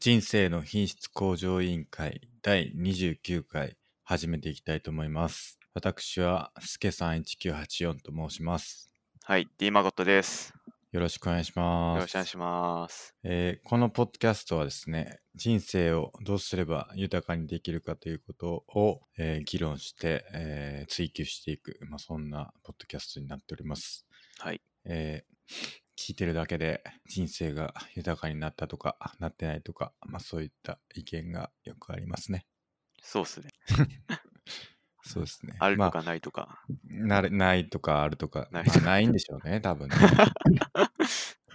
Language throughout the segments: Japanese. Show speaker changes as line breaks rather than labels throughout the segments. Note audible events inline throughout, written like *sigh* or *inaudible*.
人生の品質向上委員会第29回始めていきたいと思います。私はすけさん1984と申します。
はい、D マゴットです。
よろしくお願いします。
よろしくお願いします。
えー、このポッドキャストはですね、人生をどうすれば豊かにできるかということを、えー、議論して、えー、追求していく、まあ、そんなポッドキャストになっております。
はい。
えー、聞いてるだけで人生が豊かになったとかなってないとか、まあ、そういった意見がよくありますね。
そうっすね。
そうですね。
あるとかないとか。
まあ、なないとかあるとか。ない,まあ、ないんでしょう
*laughs*
ね、多分、ね。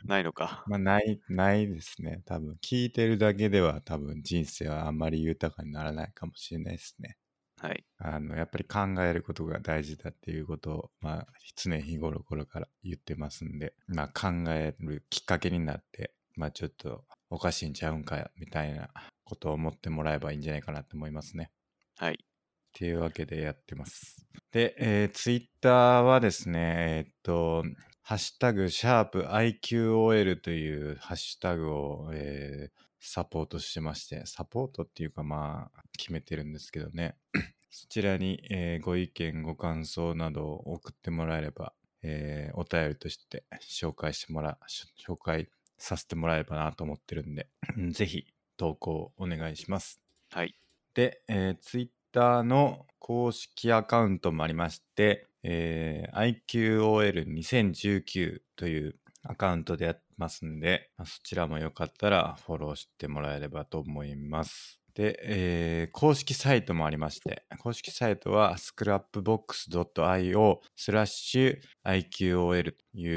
ないのか。
まあ、ない、ないですね。多分、聞いてるだけでは多分人生はあんまり豊かにならないかもしれないですね。
はい。
あの、やっぱり考えることが大事だっていうことを、まあ、常日頃頃から言ってますんで、まあ、考えるきっかけになって、まあ、ちょっとおかしいんちゃうんかよ、みたいなことを思ってもらえばいいんじゃないかなと思いますね。
はい。
っていうわけでやってます。で、えー、ツイッターはですね、えー、っと、ハッシュタグ、シャープ IQOL というハッシュタグを、えー、サポートしてまして、サポートっていうかまあ、決めてるんですけどね。 *clears throat* そちらに、えー、ご意見、ご感想などを送ってもらえれば、えー、お便りとして紹介してもら、紹介させてもらえればなと思ってるんで、 *clears throat* ぜひ投稿お願いします。
はい。
で、えー、ツイッターの公式アカウントもありまして、えー、IQOL2019 というアカウントでやってますんで、そちらもよかったらフォローしてもらえればと思います。で、えー、公式サイトもありまして、公式サイトは scrapbox.io スラッシュ IQOL とい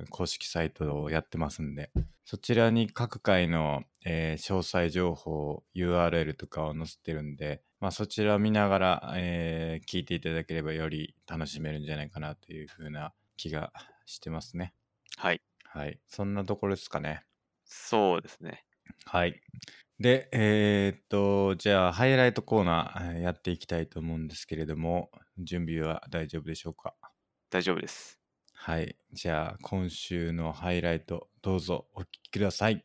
う公式サイトをやってますんで、そちらに各回の、えー、詳細情報、URL とかを載せてるんで、まあ、そちらを見ながら、えー、聞いていただければより楽しめるんじゃないかなというふうな気がしてますね。
はい。
はい。そんなところですかね。
そうですね。
はい。で、えー、っと、じゃあ、ハイライトコーナーやっていきたいと思うんですけれども、準備は大丈夫でしょうか
大丈夫です。
はい。じゃあ、今週のハイライト、どうぞお聞きください。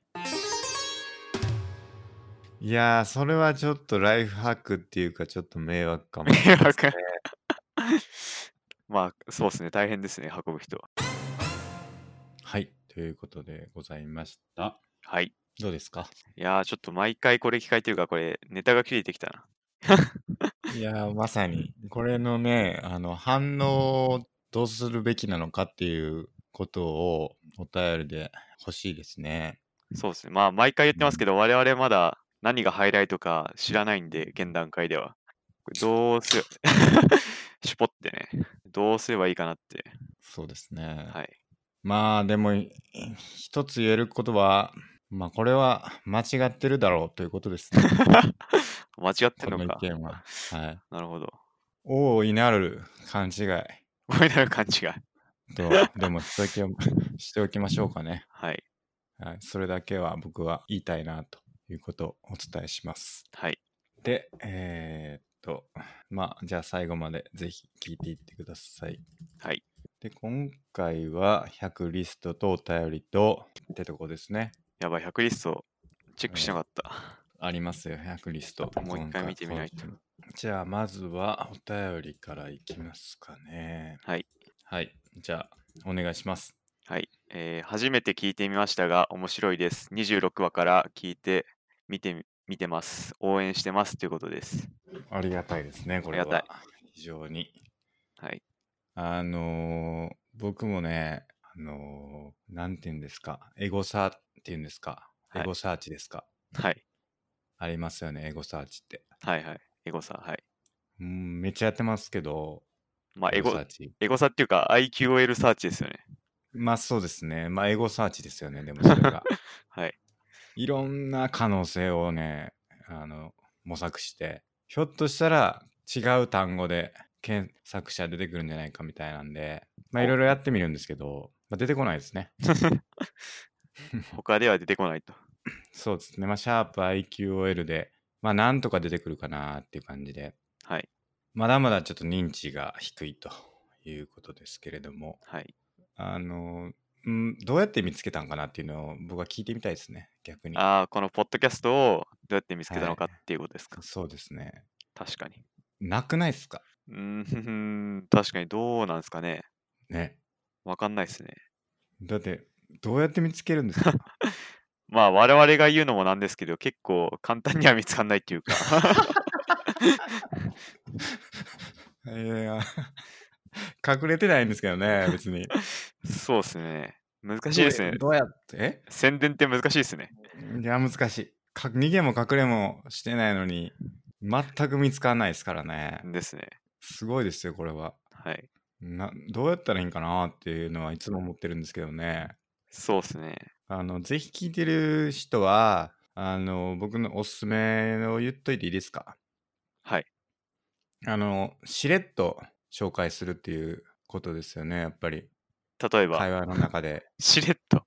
いやー、それはちょっとライフハックっていうか、ちょっと迷惑かも、ね、
迷惑。 *laughs* まあ、そうですね。大変ですね、運ぶ人は。
*laughs* はい。ということでございました。
はい。
どうですか
いやー、ちょっと毎回これ聞かれてるから、これ、ネタが切れてきたな。
いやー、まさに、 *laughs* これのね、あの、反応をどうするべきなのかっていうことをお便りで欲しいですね。
そうですね。まあ、毎回言ってますけど、うん、我々まだ何がハイライトか知らないんで、現段階では。これどうする、 *laughs* しぽってね、どうすればいいかなって。
そうですね。
はい。
まあ、でも、一つ言えることは、まあこれは間違ってるだろうということです
*laughs*
ね。
間違ってるの
か。のは。はい。
なるほど。
大いなる勘違い。
大いなる勘違
い。と、でもしておき、しておきましょうかね。
はい。
はい。それだけは僕は言いたいなということをお伝えします。
はい。
で、えー、っと、まあじゃあ最後までぜひ聞いていってください。
はい。
で、今回は100リストとお便りとってとこですね。
やばい、100リストチェックしなかった。
えー、ありますよ、100リスト。
もう一回見てみないと。
じゃあ、まずはお便りからいきますかね。
はい。
はい。じゃあ、お願いします。
はい、えー。初めて聞いてみましたが、面白いです。26話から聞いて、見て、見てます。応援してますということです。
ありがたいですね、これは。ありがたい。非常に。
はい。
あのー、僕もね、あのー、なんて言うんですか、エゴサっていうんですか、エゴサーチですか。
はい。
ありますよね、エゴサーチって。
はいはい。エゴサー、はい。
うん、めっちゃやってますけど、
まあ、エゴサーチ。エゴサっていうか、IQL サーチですよね。
まあ、そうですね。まあ、エゴサーチですよね、でもそれが。
はい。
いろんな可能性をね、あの、模索して、ひょっとしたら違う単語で検索者出てくるんじゃないかみたいなんで、まあ、いろいろやってみるんですけど、まあ、出てこないですね。
他では出てこないと。
そうですね。まあ、シャープ IQOL で、まあ、なんとか出てくるかなっていう感じで。
はい。
まだまだちょっと認知が低いということですけれども。
はい。
あの、うん、どうやって見つけたんかなっていうのを僕は聞いてみたいですね、逆に。
ああ、このポッドキャストをどうやって見つけたのかっていうことですか。
そうですね。
確かに。
なくないですか
うーん、確かにどうなんですかね。
ね。
わかんないですね。
だって、どうやって見つけるん
*laughs*
ですか
まあ、我々が言うのもなんですけど、結構簡単には見つかんないってい
*laughs*
うか。
いやいや、 *laughs* 隠れてないんですけどね、
*laughs*
別に。
そうですね。難しいですね。
どうやって
宣伝って難しいですね。
えいや、難しい。か逃げも隠れもしてないのに、全く見つからないですからね。
ですね。
すごいですよ、これは。
はい。
などうやったらいいんかなっていうのはいつも思ってるんですけどね。
そうですね。
あの、ぜひ聞いてる人は、あの、僕のおすすめを言っといていいですか
はい。
あの、しれっと紹介するっていうことですよね、やっぱり。
例えば、
会話の中で。
しれっと。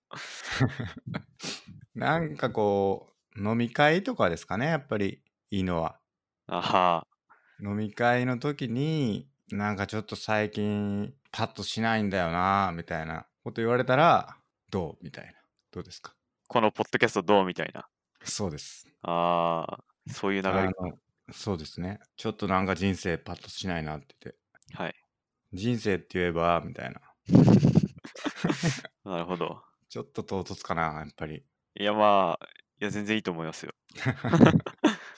なんかこう、飲み会とかですかね、やっぱりいいのは。
ああ、
飲み会の時に、なんかちょっと最近パッとしないんだよな、みたいなこと言われたら、どうみたいな。どうですか
このポッドキャストどうみたいな。
そうです。
ああ、そういう流れ
あ。のそうですね。ちょっとなんか人生パッとしないなって言って。
はい。
人生って言えば、みたいな。
なるほど。
ちょっと唐突かな、やっぱり。
いや、まあ、いや、全然いいと思いますよ。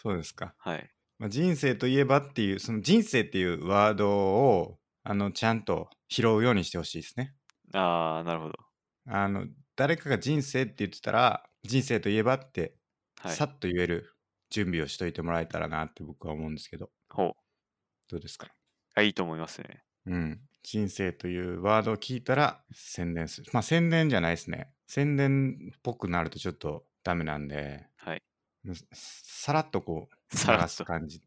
そうですか。
はい。
まあ、人生といえばっていう、その人生っていうワードを、あの、ちゃんと拾うようにしてほしいですね。
ああ、なるほど。
あの、誰かが人生って言ってたら、人生といえばって、
はい
さ。っと言える準備をしといてもらえたらなって僕は思うんですけど、
ほう。
どうですか
あいいと思いますね。
うん。人生というワードを聞いたら宣伝する。まあ宣伝じゃないですね。宣伝っぽくなるとちょっとダメなんで、
はい。
むさらっとこう、
さら
流
っ
す
と。
感じ、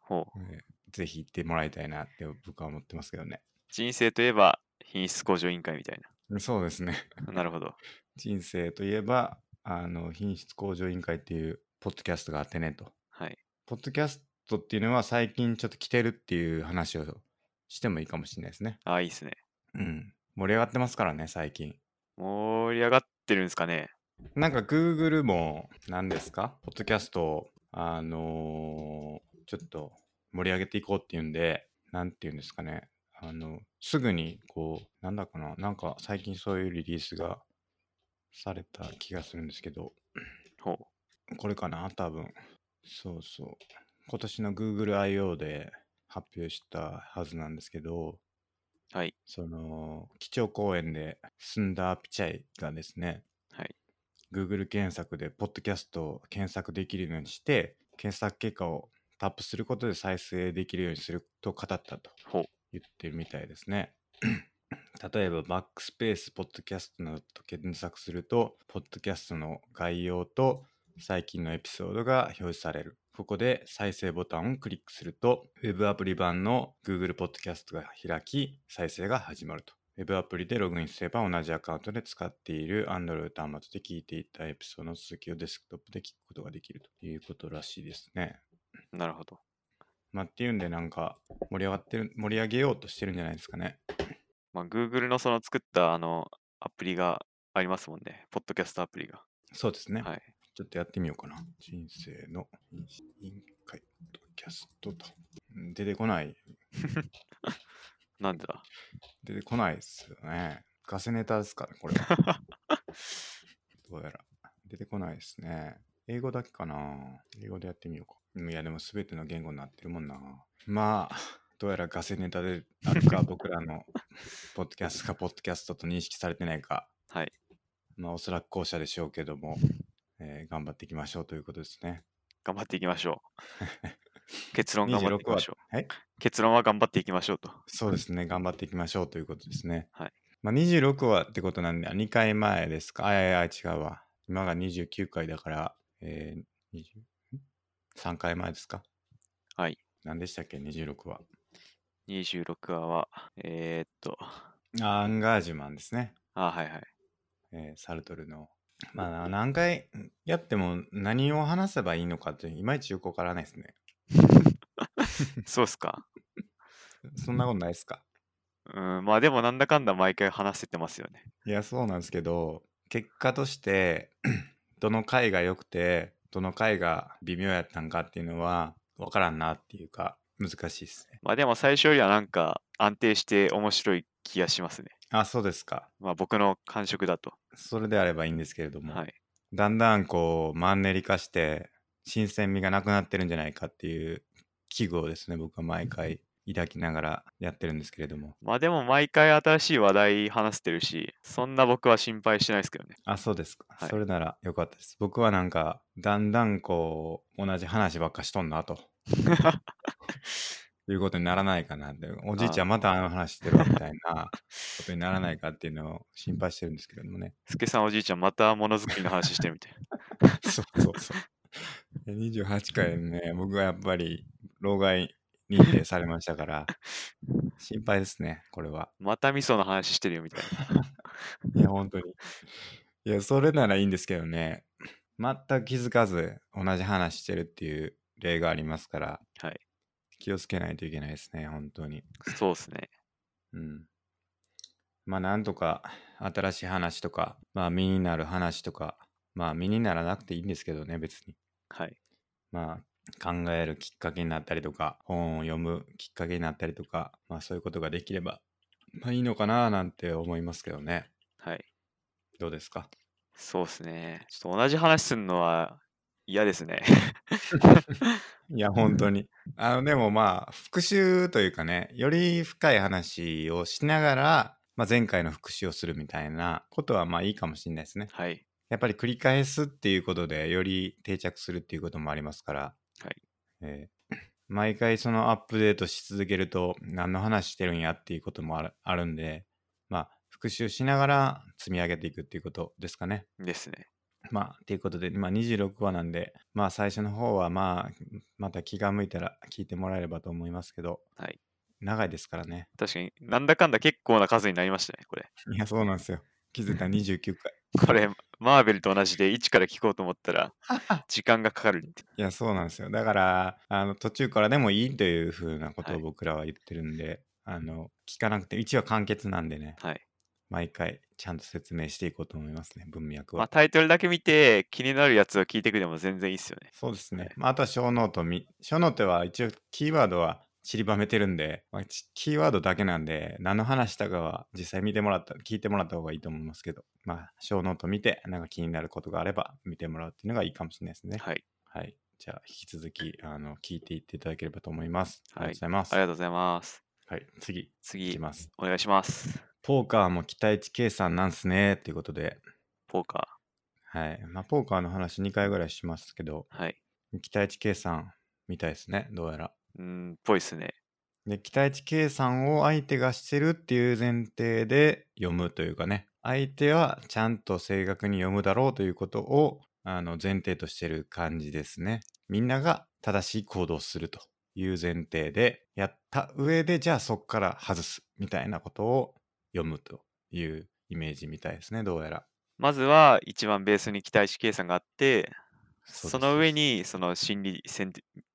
ほう。
えーぜひ行ってもらいたいなって僕は思ってますけどね。
人生といえば品質向上委員会みたい
そうですね。
な。なるほど。
人生といえば、あの、品質向上委員会っていうポッドキャストがあってねと。
はい。
ポッドキャストっていうのは最近ちょっと来てるっていう話をしてもいいかもしれないですね。
ああ、いいですね。
うん。盛り上がってますからね、最近。
盛り上がってるんですかね。
なんか Google も何ですかポッドキャストをあのーちょっと盛り上げていこうっていうんでなんていうんですかねあのすぐにこうなんだかななんか最近そういうリリースがされた気がするんですけど
ほう。
これかな多分そうそう今年の GoogleIO で発表したはずなんですけど
はい。
その基調講演でスンダーピチャイがですね、
はい、
Google 検索でポッドキャストを検索できるようにして検索結果をタップすることで再生できるようにすると語ったと
ほう。
言ってるみたいですね *clears throat* 例えばバックスペースポッドキャストなどと検索するとポッドキャストの概要と最近のエピソードが表示されるここで再生ボタンをクリックすると Web アプリ版の Google ポッドキャストが開き再生が始まると Web アプリでログインすれば同じアカウントで使っている Android 端末で聞いていたエピソードの続きをデスクトップで聞くことができるということらしいですね
なるほど。
まあっていうんでなんか盛り上がってる盛り上げようとしてるんじゃないですかね
まあ、Google のその作ったあのアプリがありますもんね。ポッドキャストアプリが。
そうですね。
はい。
ちょっとやってみようかな。人生の委員会とキャストと。うん出てこない。
なんでだ
出てこないですよね。ガセネタですから、
*laughs*
これは。どうやら。出てこないですね。英語だけかな。英語でやってみようか。うんいや、でも全ての言語になってるもんな。まあ、どうやらガセネタである
*laughs*
か、僕らのポッドキャストか、ポッドキャストと認識されてないか。
はい。
まあ、おそらく後者でしょうけども、えー頑張っていきましょうということですね。
頑張っていきましょ
*laughs*
う。結論頑張って
26
いきま
話
しょう。
はい、
結論は頑張っていきましょうと。
そうですね、頑張っていきましょうということですね。
はい
まあ、26話ってことなんで、あ2回前ですか。あ、いやいや、違うわ。今が29回だから、えー、3回前ですか。
はい。
何でしたっけ、26話。
26話は、えー、っと、
アンガージュマンですね。
あ、は
*laughs*
いはい。
えーサルトルの。まあ、何回やっても何を話せばいいのかって、いまいちよくわからないですね。
そうっすか。
そんなことないですか。
うん、まあでもなんだかんだ毎回話せてますよね。
いや、そうなんですけど、結果として *clears throat* どの回が良くて、どの回が微妙やったんかっていうのは、わからんなっていうか、難しいですね。
まあでも最初よりはなんか安定して面白い気がしますね。
あ、そうですか。
まあ僕の感触だと。
それであればいいんですけれども、
はい。
だんだんこう、マンネリ化して、新鮮味がなくなってるんじゃないかっていう危惧をですね、僕は毎回抱きながらやってるんですけれども。
まあでも毎回新しい話題話してるし、そんな僕は心配してないですけどね。
あ、そうですか。
はい
それなら良かったです。僕はなんか、だんだんこう、同じ話ばっかしとんなと。いうことにならないかなって、おじいちゃんまたあの話してるわみたいなことにならないかっていうのを心配してるんですけれどもね。
すけさんおじいちゃんまたものづくりの話してるみたいな。
*laughs* そうそうそう。で28回ね、僕はやっぱり、老害認定されましたから、心配ですね、これは。
また味噌の話してるよみたいな。
いや、本当に。いや、それならいいんですけどね、全く気づかず同じ話してるっていう例がありますから、
はい
気をつけないといけないですね、本当に。
そうですね。
うん。まあ、なんとか新しい話とか、まあ、身になる話とか、まあ、身にならなくていいんですけどね、別に。
はい。
まあ、考えるきっかけになったりとか、本を読むきっかけになったりとか、まあ、そういうことができれば、まあ、いいのかななんて思いますけどね。
はい。
どうですか
そうですね。ちょっと同じ話するのは嫌ですね。 *laughs*
いや、本当に。あの、でもまあ、復習というかね、より深い話をしながら、まあ、前回の復習をするみたいなことはまあいいかもしれないですね。
はい。
やっぱり繰り返すっていうことでより定着するっていうこともありますから、
はい
えー毎回そのアップデートし続けると何の話してるんやっていうこともあるあるんで、まあ、復習しながら積み上げていくっていうことですかね。
ですね。
まあ、ということで、まあ、26話なんで、まあ、最初の方は、まあ、また気が向いたら聞いてもらえればと思いますけど、
はい
長いですからね。
確かになんだかんだ結構な数になりましたね、これ。
いや、そうなんですよ。気づいたら29回。
これ、マーベルと同じで1から聞こうと思ったら、 *laughs* 時間がかかるって。
いや、そうなんですよ。だから、あの途中からでもいいというふうなこと
は
を
い
僕らは言ってるんで、あの、聞かなくて、1話完結なんでね、
はい。
毎回ちゃんと説明していこうと思いますね、文脈
まあ、
は。
タイトルだけ見て、気になるやつを聞いてくでも全然いいっすよね。
そうです
は
ね
い。
まあ、あとは小ノートみ、小ノートは一応キーワードは散りばめてるんで、まあちキーワードだけなんで、何の話したかは実際見てもらった、聞いてもらった方がいいと思いますけど、まあ、小ノート見て、なんか気になることがあれば見てもらうっていうのがいいかもしれないですね。
はい。
はい。じゃあ、引き続き、あの、聞いていっていただければと思います。あり
は
が
い
とうございます。
ありがとうございます。
はい、次い
次
き、ます。
お願いします。
ポーカーも期待値計算なんすねっていうことで、
ポーカ
はい。まあ、ポーカーの話2回ぐらいしますけど、
ー。はい。
期待値計算みたいですね、どうやら。
うーん、ぽいっすね。
で、期待値計算を相手がしてるっていう前提で読むというかね、相手はちゃんと正確に読むだろうということをあの前提としてる感じですね。みんなが正しい行動をするという前提でやった上で、じゃあそこから外すみたいなことを読むというイメージみたいですね、どうやら。
まずは、一番ベースに期待値計算があっ
そ
て、
うです
その上に、その心理戦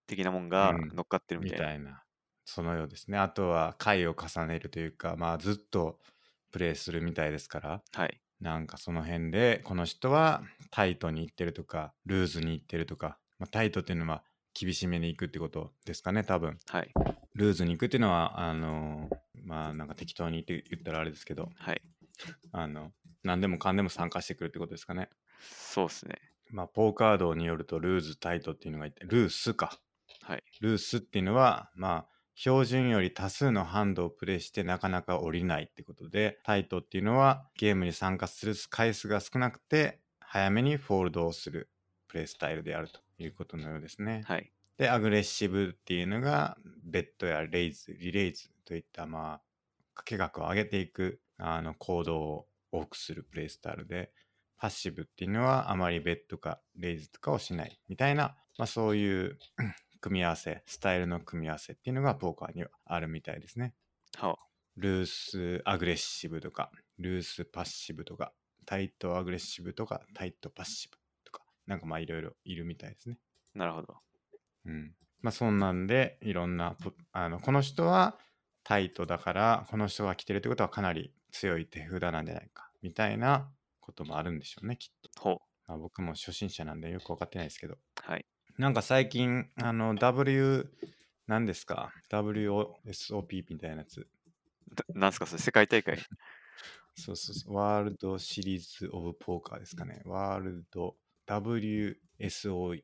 的なもんが
うん
乗っかってる
み
みたいな。
たいな、そのようですね。あとは回を重ねるというか、まあずっとプレイするみたいですから。
はい。
なんかその辺でこの人はタイトに行ってるとかルーズに行ってるとか、まあ、タイトっていうのは厳しめに行くってことですかね多分
はい。
ルーズに行くっていうのはあのーまあなんか適当にって言ったらあれですけど
はい。
あの何でもかんでも参加してくるってことですかね
そうっすね。
まあポーカードによるとルーズタイトっていうのがいてルースか
はい。
ルースっていうのはまあ標準より多数のハンドをプレイしてなかなか降りないってことでタイトっていうのはゲームに参加する回数が少なくて早めにフォールドをするプレイスタイルであるということのようですね。
はい。
でアグレッシブっていうのがベッドやレイズリレイズといったまあ掛け額を上げていくあの行動を多くするプレイスタイルでパッシブっていうのはあまりベッドかレイズとかをしないみたいな、まあ、そういううん組み合わせスタイルの組み合わせっていうのがポーカーにはあるみたいですね。
はお
ルースアグレッシブとか、ルースパッシブとか、タイトアグレッシブとか、タイトパッシブとか、なんかまあいろいろいるみたいですね。
なるほど。
うん。まあそんなんで、いろんなポ、あの、この人はタイトだから、この人が来てるってことはかなり強い手札なんじゃないか、みたいなこともあるんでしょうね、きっと。
ほう。
まあ、僕も初心者なんでよくわかってないですけど。
はい。
なんか最近、あの、W、何ですか ?WSOP みたいなやつ。
だなんすか、それ世界大会。
そうそうそう。ワールドシリーズ・オブ・ポーカーですかね。ワールド WSOP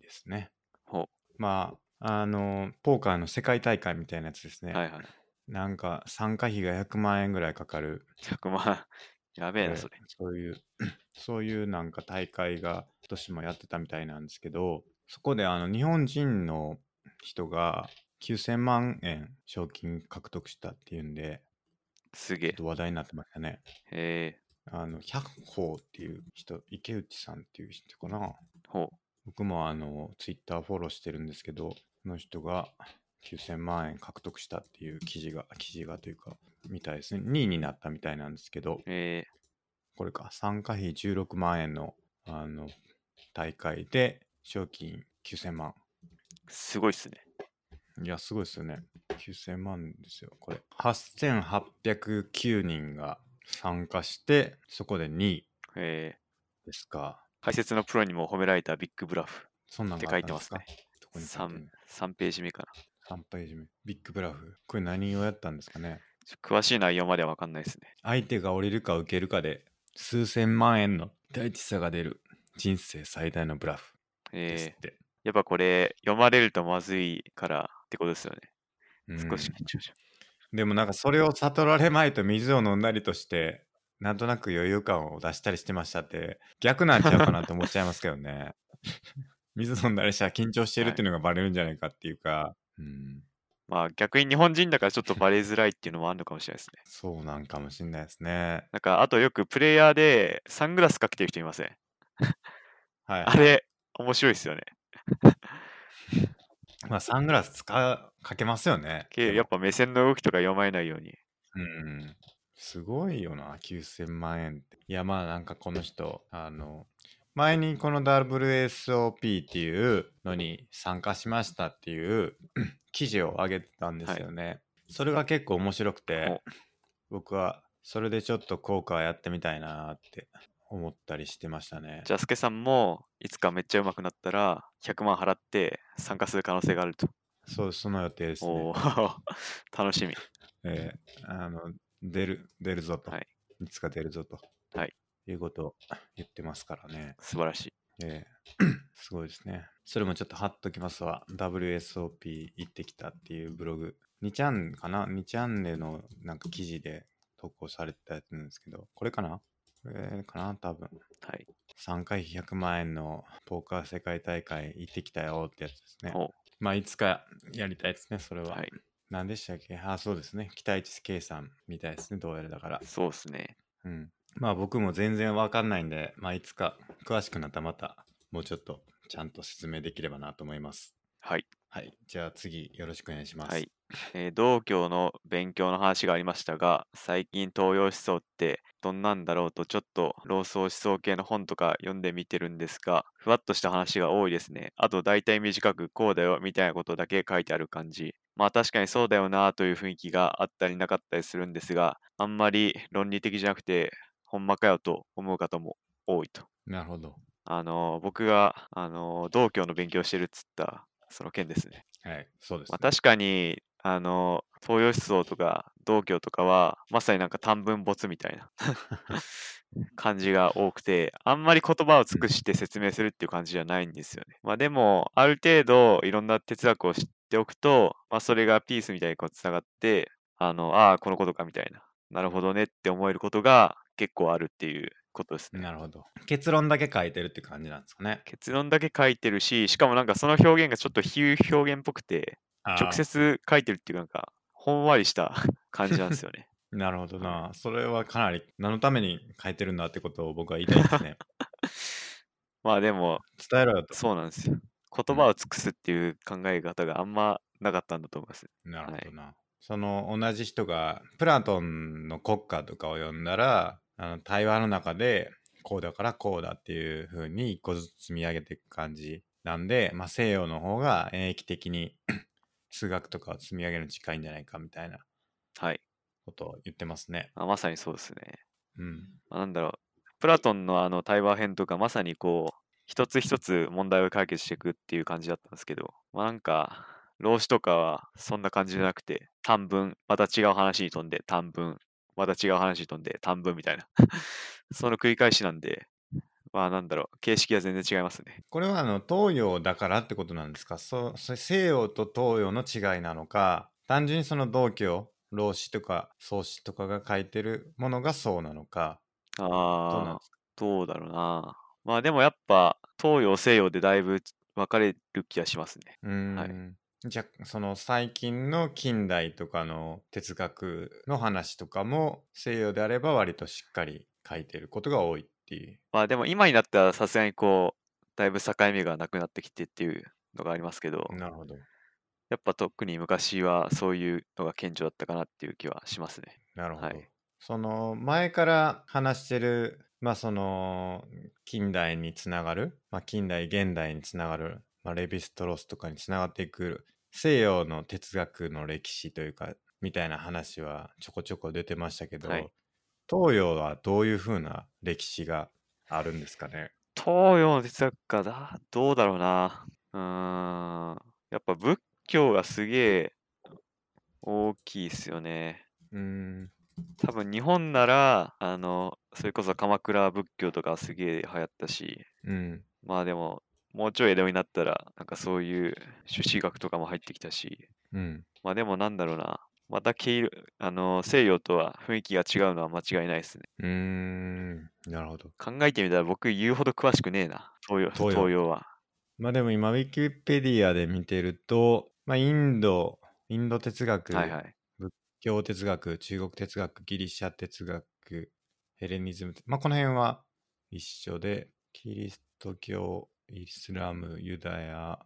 ですね。
ほ
まあ、あの、ポーカーの世界大会みたいなやつです
う。
ね。
はいはい。
なんか参加費が100万円ぐらいかかる
100万。やべえな、
で
それ。
そういう *clears throat* そういうなんか大会が今年もやってたみたいなんですけどそこであの日本人の人が9000万円賞金獲得したっていうんです
げ
ちょっと話題になってましたね
え。え
あの百宝っていう人池内さんっていう人かな
ー、ほう。
僕もあのツイッターフォローしてるんですけどこの人が9000万円獲得したっていう記事が記事がというかみたいですね2位になったみたいなんですけど
え
これか、参加費16万円のあの大会で賞金9000万。
ー、すごいっすね。
いや、すごいですよね。9000万ですよ、これ。8809人が参加して、そこで2位
えー、
ですか。
解説のプロにも褒められたビッグブラフ。
そんなん
って
が
書
あ
い
った
て
ん
ま
です
す
か
ね。
どこに書いてんの
3、三ページ目かな。
3ページ目。ビッグブラフ。これ何をやったんですかね。
ちょ詳しい内容までは分かんないですね。
相手が降りるか受けるかで、数千万円の大地差が出る人生最大のブラフで
え
すっ
ー、
て。
やっぱこれ、読まれるとまずいからってことですよね。
うん
少し緊張しちゃ
でもなんかそれを悟られまいと水を飲んだりとしてなんとなく余裕感を出したりしてましたって逆なんちゃうかなと思っちゃいますけどね *laughs* 水飲んだりしたら緊張してるっていうのがバレるんじゃないかっていうか、うん
う。まあ逆に日本人だからちょっとバレづらいっていうのもあるのかもしれないですね。
そうなんかもしんないですね
なんかあとよくプレイヤーでサングラスかけてる人いません。
はい
あれ、面白いですよね。
まあサングラス使うかけますよね
け
で
やっ
も
ぱ目線の動きとか読まれないように。
うんすごいよな9000万円っていやまあなんかこの人あの前にこの WSOP っていうのに参加しましたっていう *clears throat* 記事を上げてたんですよね、それが結構面白くて僕はそれでちょっと効果やってみたいなーって思ったりしてましたね
じゃあ、スケさんもいつかめっちゃ上手くなったら100万払って参加する可能性があると。
そうその予定ですね
おお、 *laughs* 楽しみ。
えーあの出る出るぞと、
はい
い、つか出るぞと、
はい、
いうことを言ってますからね
素晴らしい。
え
*clears throat*
えすごいですね。それもちょっと貼っときますわ。WSOP 行ってきたっていうブログ。2ちゃんかな ?2 ちゃんでのなんか記事で投稿されてたやつなんですけど、これかなこれかな多分。
はい。
3回100万円のポーカー世界大会行ってきたよってやつですね。
お
まあ、いつかやりたいですね、それは。
はい。
何でしたっけああ、そうですね。期待値計算みたいですね、どうやらだから。
そうですね。
うん、まあ僕も全然わかんないんで、まあ、いつか詳しくなったらまたもうちょっとちゃんと説明できればなと思います。
はい。
はい、じゃあ次よろしくお願いします。
はい、えー道教の勉強の話がありましたが最近東洋思想ってどんなんだろうとちょっと老僧思想系の本とか読んでみてるんですがふわっとした話が多いですねあと大体短くこうだよみたいなことだけ書いてある感じまあ確かにそうだよなという雰囲気があったりなかったりするんですがあんまり論理的じゃなくてほんまかよと思う方も多いと
なるほど。
あのー僕が、あのー道教の勉強してるっつったその件ですね
はい、そうです、
ま
ね
あ、確かにあの東洋思想とか道教とかはまさになんか短文没み
*laughs*
たいな *laughs* 感じが多くてあんまり言葉を尽くして説明するっていう感じじゃないんですよね。まあ、でもある程度いろんな哲学を知っておくと、まあ、それがピースみたいにこうつながってあのああこのことかみたいななるほどねって思えることが結構あるっていうことですね。
なるほど。結論だけ書いてるって感じなんですかね。
結論だけ書いてるししかもなんかその表現がちょっと比喩表現っぽくて
あー
直。接書いてるっていうかなんかほんわりした
*laughs*
感じなんですよね。
なるほどな。それはかなり何のために書いてるんだってことを僕は言いたいです
*laughs*
ね。
まあでも
伝えろよと。
そうなんですよ。言葉を尽くすっていう考え方があんまなかったんだと思います。
なるほどな。その同じ人がプラトンの国家とかを読んだらあの対話の中でこうだからこうだっていう風に一個ずつ積み上げていく感じなんで、まあ、 *clears throat* 西洋の方が演疫的に数学とかを積み上げるに近いんじゃないかみたいな
はい。
ことを言ってますね。
あまさにそうですね。
うん。
まあ、なんだろう。プラトンのあの対話編とかまさにこう、一つ一つ問題を解決していくっていう感じだったんですけど、まあ、なんか、老子とかはそんな感じじゃなくて、短文、また違う話に飛んで短文、また違う話に飛んで短文みたいな。 *laughs* その繰り返しなんで、まあなんだろう、形式は全然違いますね。
これはあの東洋だからってことなんですかそそ西洋と東洋の違いなのか、単純にその同居、老子とか宗子とかが書いてるものがそうなのか、どうなん
ああ、
ですか
どうだろうな。まあでもやっぱ、東洋西洋でだいぶ分かれる気がしますね。
うー
はい。
ん。じゃあその最近の近代とかの哲学の話とかも西洋であれば割としっかり書いてることが多いっていう。
まあでも今になったらさすがにこう、だいぶ境目がなくなってきてっていうのがありますけど、
なるほど。
やっぱ特に昔はそういうのが顕著だったかなっていう気はしますね。
なるほ
は
ど。
い。
その前から話してる、まあその近代につながる、まあ近代現代につながる、まあレヴィストロースとかにつながっていく西洋の哲学の歴史というか、みたいな話はちょこちょこ出てましたけ
はい。
ど、東洋はどういうふうな歴史があるんですかね。
東洋の哲学家だ、どうだろうな。うーん。やっぱ仏教がすげえ大きいですよね。
うーん、
多分日本なら、あの、それこそ鎌倉仏教とかすげえ流行ったし、
うん、
まあでも、もうちょい江戸になったら、なんかそういう朱子学とかも入ってきたし、
うん。
まあでもなんだろうな。また毛色、あの、西洋とは雰囲気が違うのは間違いないですね。
うーん、なるほど。
考えてみたら僕言うほど詳しくねえな。東洋、
東
東
洋。
洋は。
まあでも今、ウィキペディアで見てると、まあインド、インド哲
はい
学、
はい。
仏教哲学、中国哲学、ギリシャ哲学、ヘレニズム、まあこの辺は一緒で、キリスト教、イスラム、ユダヤ、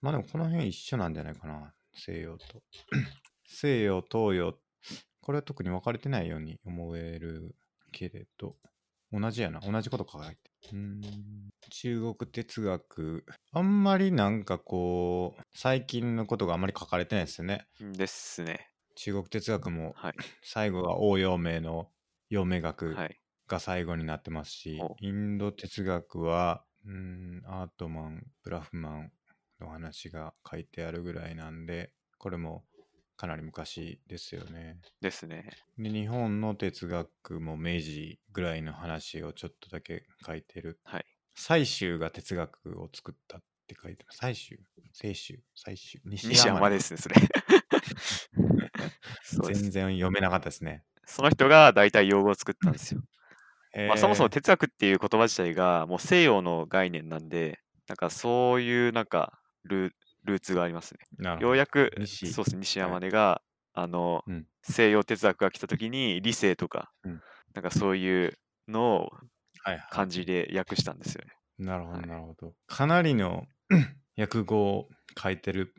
まあでもこの辺一緒なんじゃないかな、西洋と。 *clears throat* 西洋、東洋、これは特に分かれてないように思えるけれど、同じやな、同じこと書いてる。うーん中国哲学、あんまりなんかこう、最近のことがあんまり書かれてないですよね。
んですね。
中国哲学も
はい。
最後が応用名の陽明学
はい。
が最後になってますし、
お
インド哲学は、うーん、アートマン、ブラフマンの話が書いてあるぐらいなんで、これもかなり昔ですよね。
ですね。
で、日本の哲学も明治ぐらいの話をちょっとだけ書いてる。
はい。
蔡州が哲学を作ったって書いてます。蔡州、清州、蔡州、西
西
山
山
で。
ですすね、
*laughs*
それ。そうで
全
す。
然読めなかったですね。
その人が大体用語を作ったんですよ。まあ、そもそも
え
哲学っていう言葉自体がもう西洋の概念なんで、なんかそういうなんかルールーツがありますね。
ー、なる
よ
ほ
う
ど。
やく、
西、
そうですね、西
は
山
い。
根が、あの、
うん、
西洋哲学が来た時に理性とか、
うん。
なんかそういうのを
はいは
漢
い。
字で訳したんですよね。
なるほ
は
ど、
い。
なるほど。かなりの *clears throat* 訳語を書いてる、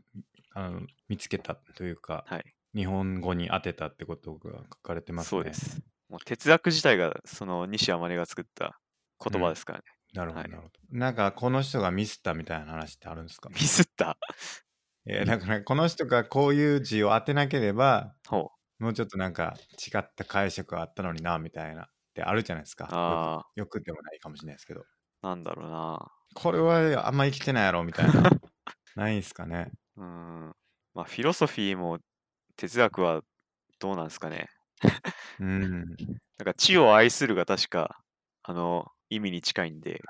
あの、見つけたというか、
はい。
日本語に当てたってことが書かれてます
そうで
ね。
す。もう哲学自体がその西山根が作った
う
言葉で
ん。
すからね。
なるほ
は
ど、
い。
なるほど。なんか、この人がミスったみたいな話ってあるんですか
*laughs* ミスった。
えー、だから、この人がこういう字を当てなければ、
ほう。
もうちょっとなんか違った解釈があったのにな、みたいな、ってあるじゃないですか。よく、
あ
よくでもないかもしれないですけど。
あ、なんだろうな。
これはあんま生きてないやろ、みた
*laughs*
いな。ないんすかね。
うん。まあ、フィロソフィーも哲学はどうなんですかね。
うん。
なんか知を愛するが確か、あの、意味に近いんで、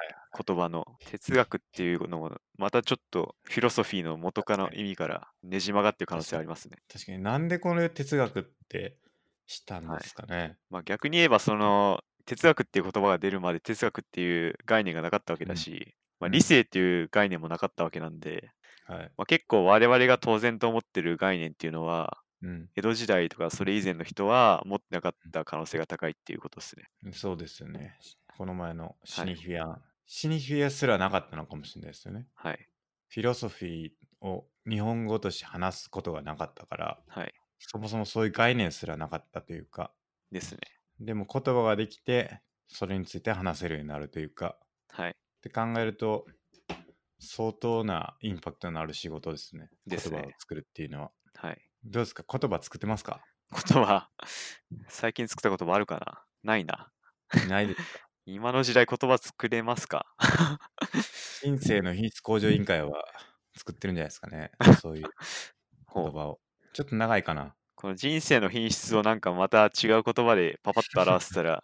言葉の哲学っていうのも、またちょっとフィロソフィーの元
確か
かの
に。
意味からねじ曲がってる可能
確
性
か
あ
に。
りますね。
確かになんでこの哲学ってしたん
は
で
い。
すかね。
まあ、逆に言えば、その、哲学っていう言葉が出るまで哲学っていう概念がなかったわけ
う
だ
ん。
し、まあ、
う
理
ん。
性っていう概念もなかったわけなんで、
はい。
まあ、結構我々が当然と思ってる概念っていうのは、
うん。
江戸時代とかそれ以前の人は持ってなかった可能性が高いっていうことですね。
うんそうですよね。しこの前のシ
は
ニ
い。
フィア、シニフィアすらなかったのかもしれないですよね。
はい。
フィロソフィーを日本語として話すことがなかったから、
はい。
そもそもそういう概念すらなかったというか、
ですね。
でも言葉ができて、それについて話せるようになるというか、
はい。
って考えると、相当なインパクトのある仕事ですね。
で
言
す
葉を
ね。
作るっていうのは。
はい。
どうですか言葉作ってますか
ことは、最近作ったこともあるかなないな。
ないです。
今の時代言葉作れますか
人生の品質向上委員会は作ってるんじゃないですかね。そういう
ほ
言
う
葉を。ちょっと長いかな。
この人生の品質をなんかまた違う言葉でパパッと表せ
*laughs*
たら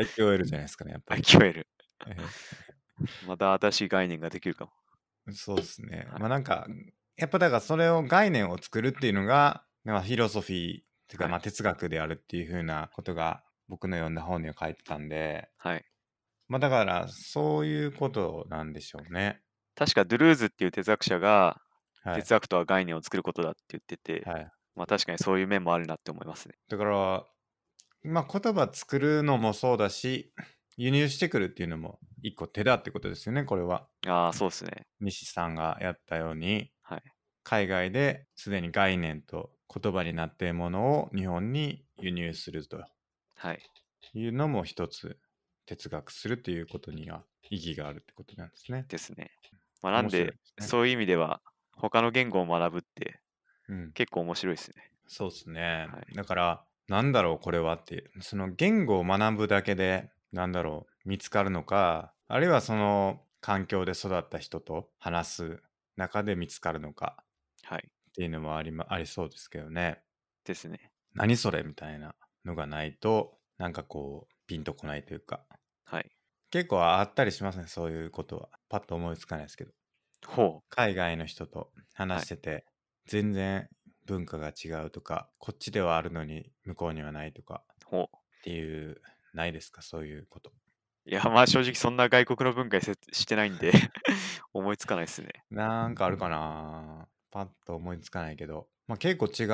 IQL じゃないですかね、やっぱり。
聞こえる。
え
また新しい概念ができるかも。
えそうですね。
はい
まあなんか、やっぱだからそれを概念を作るっていうのが、まあ、フィロソフィーっていうか、
はい
まあ哲学であるっていうふうなことが僕の読んだ本には書いてたんで、
はい。
まあだからそういうことなんでしょうね。
確かドゥルーズっていう哲学者が、
はい。
哲学とは概念を作ることだって言ってて、
はい、
まあ確かにそういう面もあるなって思いますね。
だから、まあ言葉作るのもそうだし、輸入してくるっていうのも一個手だってことですよね、これは。
ああ、そうですね。
西さんがやったように、
はい
海外ですでに概念と言葉になっているものを日本に輸入すると
はい。
いうのも一つ哲学するということには意義があるってことなんですね。
ですね。まあなんで、
面白いですね
そういう意味では、他の言語を学ぶって
うん、
結構面白いですね。
そうですね、
は
だからなんだろうこれはってその言語を学ぶだけでなんだろう見つかるのかあるいはその環境で育った人と話す中で見つかるのか
はい。
っていうのもあり,、まありそうですけどね。
ですね。
何それみたいなのがないとなんかこうピンとこないというか
はい。
結構あったりしますねそういうことはパッと思いつかないですけど
ほ
海外の人と話してて、全然文化が違うとかこっちではあるのに向こうにはないとか
う、ほ
っていうないですかそういうこと
う。いや、まあ正直そんな外国の文化に接してないんで、 *laughs* 思いつかないですね。
なんかあるかなパッと思いつかないけどまあ結構違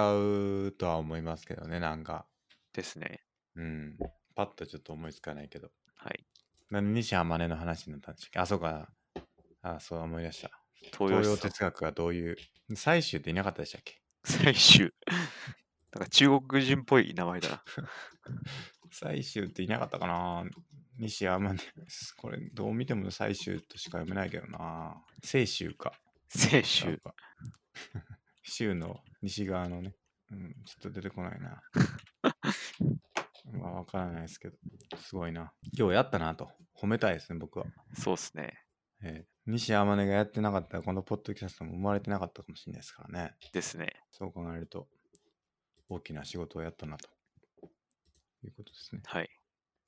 うとは思いますけどねなんか
ですね。
うんパッとちょっと思いつかないけど
はい。
なんで西浜根の話になったんでしたっけあ、そうか。あ、そう思い出した。
東洋
東洋
思想
哲学がどういう。最終っていなかったでしたっけ
*laughs* 最終。なんか中国人っぽい名
*laughs*
前だな。
最終っていなかったかな西浜根。これ、どう見ても最終としか読めないけどな。清州か。
清
なん
州。
か *laughs* 州の西側のね。うん、ちょっと出てこない *laughs* な。まあ、わからないですけど。すごいな。今日やったなと。褒めたいですね、僕は。
そうですね。
えー、西山根がやってなかったらこのポッドキャストも生まれてなかったかもしれないですからね
ですね。
そう考えると大きな仕事をやったなということですね
はい。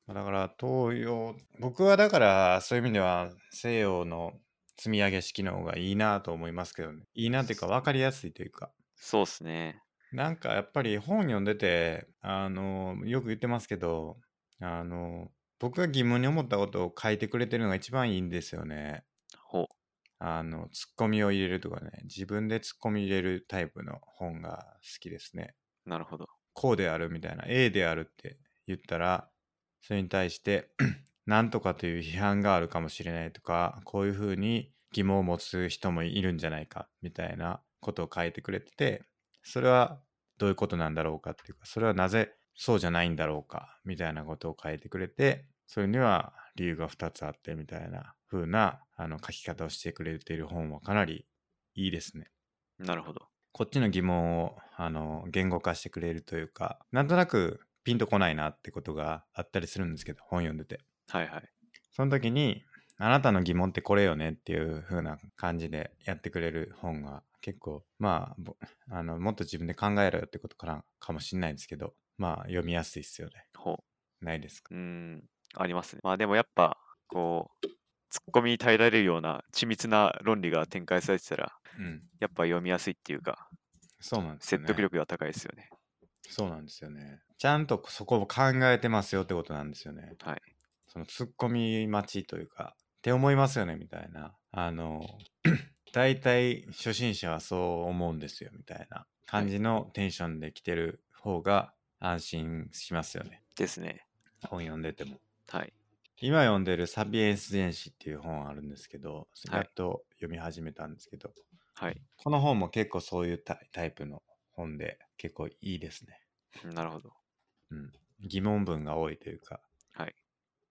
まあだから東洋僕はだからそういう意味では西洋の積み上げ式の方がいいなと思いますけどねいいなというか分かりやすいというか
そうですね。
なんかやっぱり本読んでてあのよく言ってますけどあの僕が疑問に思ったことを書いてくれてるのが一番いいんですよね
ほう。
あの、ツッコミを入れるとかね、自分でツッコミ入れるタイプの本が好きですね。
なるほど。
こうであるみたいな、A であるって言ったら、それに対して、 *clears throat* なんとかという批判があるかもしれないとか、こういうふうに疑問を持つ人もいるんじゃないか、みたいなことを書いてくれてて、それはどういうことなんだろうかっていうか、それはなぜそうじゃないんだろうか、みたいなことを書いてくれて、それには理由が2つあってみたいな風なあの書き方をしてくれている本はかなりいいですね。
なるほど。
こっちの疑問をあの言語化してくれるというかなんとなくピンとこないなってことがあったりするんですけど本読んでて
はいはい。
その時に「あなたの疑問ってこれよね」っていう風な感じでやってくれる本が結構まあぼあのもっと自分で考えろよってことからかもしんないんですけどまあ読みやすいっすよね
ほう。
ないですか
うーん、ありますね。まあでもやっぱ、こう、ツッコミに耐えられるような緻密な論理が展開されてたら、
うん
やっぱ読みやすいっていうか、
そうなんですよ
説
ね
得力が高いですよね。
そうなんですよねちゃんとそこを考えてますよってことなんですよね
はい。
そのツッコミ待ちというかって思いますよねみたいなあの *clears throat* 大体初心者はそう思うんですよみたいな感じのテンションで来てる方が安心しますよね
ですね。
本読んでても
はい。
今読んでる「サピエンス全史」っていう本あるんですけど
はい
やっと読み始めたんですけど、
はい。
この本も結構そういうタイタイプの本で結構いいですね
なるほど。
うん、疑問文が多いというか、
はい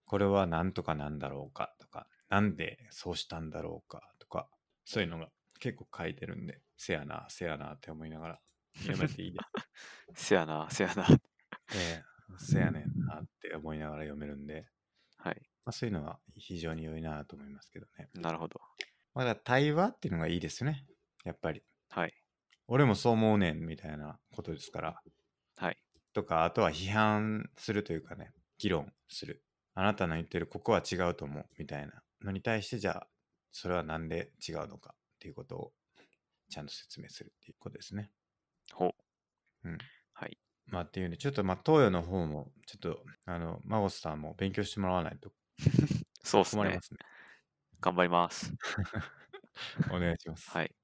これは何とかなんだろうかとか、なんでそうしたんだ
*laughs*
ろうかとか、そういうのが結構書いてるんで、せやな、せやなって思いながらやめていいで。
せやな、せやな。 *laughs*
ええせやねんなって思いながら読めるんで、
はい。
まあ、そういうのは非常に良いなと思いますけどね。
なるほど。
まあだから対話っていうのがいいですよね。やっぱり。
はい。
俺もそう思うねんみたいなことですから。
はい。
とか、あとは批判するというかね、議論する。あなたの言ってるここは違うと思うみたいなのに対して、じゃあ、それはなんで違うのかっていうことをちゃんと説明するっていうことですね。
ほ
まあっていうんで、ちょっとまあ東洋の方も、ちょっと、あの、マゴスさんも勉強してもらわないと
う。そうっす
困り
ね
ま。すね。
頑張
*laughs*
ります。
お願いします。
はい。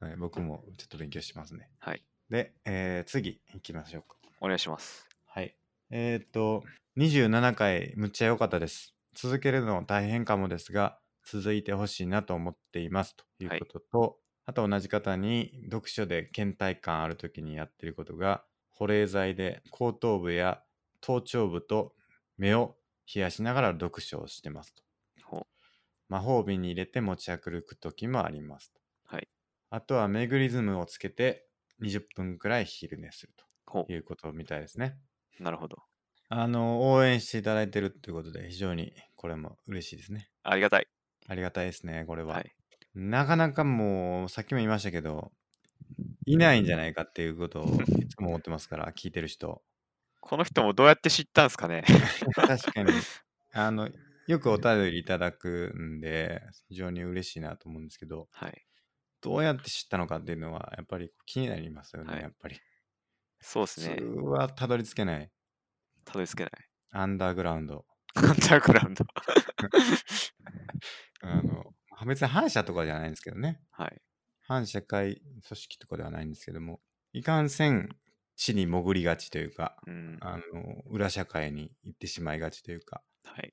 はい、僕もちょっと勉強しますね。
はい。
で、えー次行きましょうか。
お願いします。
はい。えーっと、27回、むっちゃ良かったです。続けるの大変かもですが、続いてほしいなと思っていますということと、あと同じ方に読書で倦怠感ある時にやってることが、保冷剤で後頭部や頭頂部と目を冷やしながら読書をしてますと。
ほ
魔法瓶に入れて持ち歩く時もありますと。
はい。
あとはメグリズムをつけて20分くらい昼寝する
ほ
ということみたいですね。
う。なるほど。
あの、応援していただいてるっていうことで、非常にこれも嬉しいですね。
ありがたい。
ありがたいですね、これは。
はい。
なかなかもう、さっきも言いましたけど、いないんじゃないかっていうことをいつも思ってますから、聞いてる人。
この人もどうやって知ったんすかね *laughs*
確かに、あの、よくお便りいただくんで、非常に嬉しいなと思うんですけど、
はい。
どうやって知ったのかっていうのは、やっぱり気になりますよね、
はい
やっぱり。
そうっ
普
す
通
ね。
はたどり着けない。
たどり着けない。 *laughs*
アンダーグラウンド。
アンダーグラウンド。
あの、別に反社とかじゃないんですけどね。
はい。
反社会組織とかではないんですけどもいかんせん地に潜りがちというか
うん。は
あの裏社会に行ってしまいがちというか
い。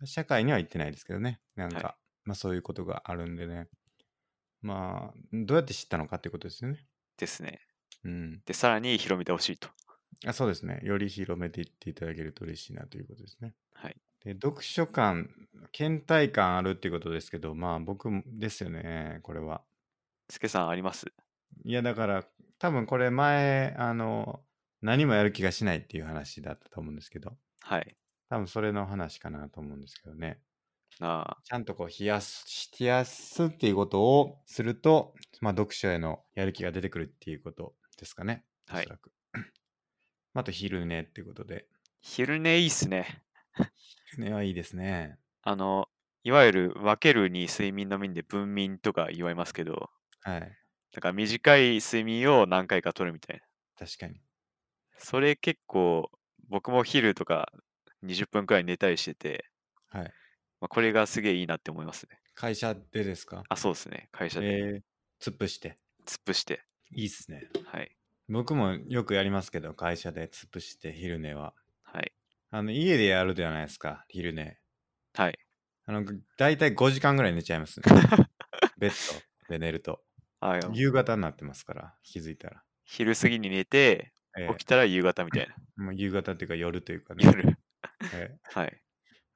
裏社会には行ってないですけどねなんか、
はい
まあそういうことがあるんでねまあどうやって知ったのかってことですよね
ですね。
うん
で、さらに広めてほしいと。
あそうですねより広めていっていただけると嬉しいなということですね
はい。
で読書感倦怠感あるっていうことですけどまあ僕もですよねこれは
すけさんあります
いやだから多分これ前あの何もやる気がしないっていう話だったと思うんですけど
はい。
多分それの話かなと思うんですけどね
なあ。
ちゃんとこう冷やす冷やすっていうことをすると、まあ、読書へのやる気が出てくるっていうことですかねお
はい
そらく *clears throat* あと昼寝っていうことで
昼寝いいっすね。
昼寝はいいですね
あの、いわゆる分けるに睡眠の面で分眠とか言われますけど、
はい
だから短い睡眠を何回か取るみたいな。
確かに
それ結構、僕も昼とか20分くらい寝たりしてて、
はい
まあ、これがすげえいいなって思いますね。
会社でですか
あ、そうですね。会社で
えー、突っ伏して
突っ伏して。
いいっすね
はい。
僕もよくやりますけど会社で突っ伏して昼寝は
はい。
あの、家でやるじゃないですか、昼寝。
はい。
あの、だいたい5時間ぐらい寝ちゃい
*laughs*
ますね。ベッドで寝ると。
あいや
夕方になってますから、気づいたら。
昼過ぎに寝て、
ええ
起きたら夕方みたいな。 *laughs*
もう夕方っていうか夜というかね。
夜。
ええ
はい。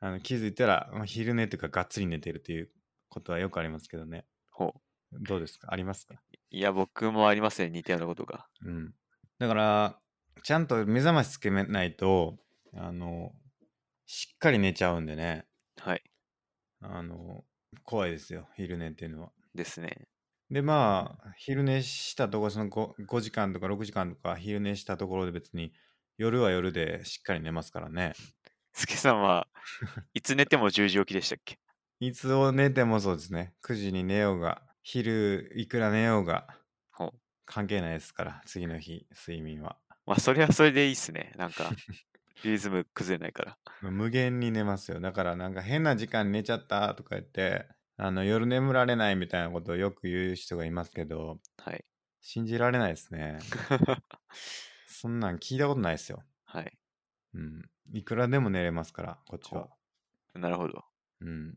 あの気づいたら、まあ、昼寝というか、がっつり寝てるということはよくありますけどね。
ほう。
どうですかありますか
いや、僕もありますね。似たようなことが。
うん。だから、ちゃんと目覚ましつけないと、あの、しっかり寝ちゃうんでね。
はい。
あの、怖いですよ、昼寝っていうのは。
ですね。
でまあ昼寝したところその 5, 5時間とか6時間とか昼寝したところで別に夜は夜でしっかり寝ますからね
すけさ
*laughs*
んはいつ寝ても10時起きでしたっけ
いつを寝てもそうですね9時に寝ようが昼いくら寝ようが
ほう
関係ないですから次の日睡眠は
まあ、それはそれでいいっすね。なんか、リズム崩れないから。
無限に寝ますよだからなんか変な時間に寝ちゃったとか言ってあの夜眠られないみたいなことをよく言う人がいますけど
はい。
信じられないです
*laughs*
ねそんなん聞いたことないですよ
はい。
うんいくらでも寝れますからこっち
ほう
は
なるほど。
うん。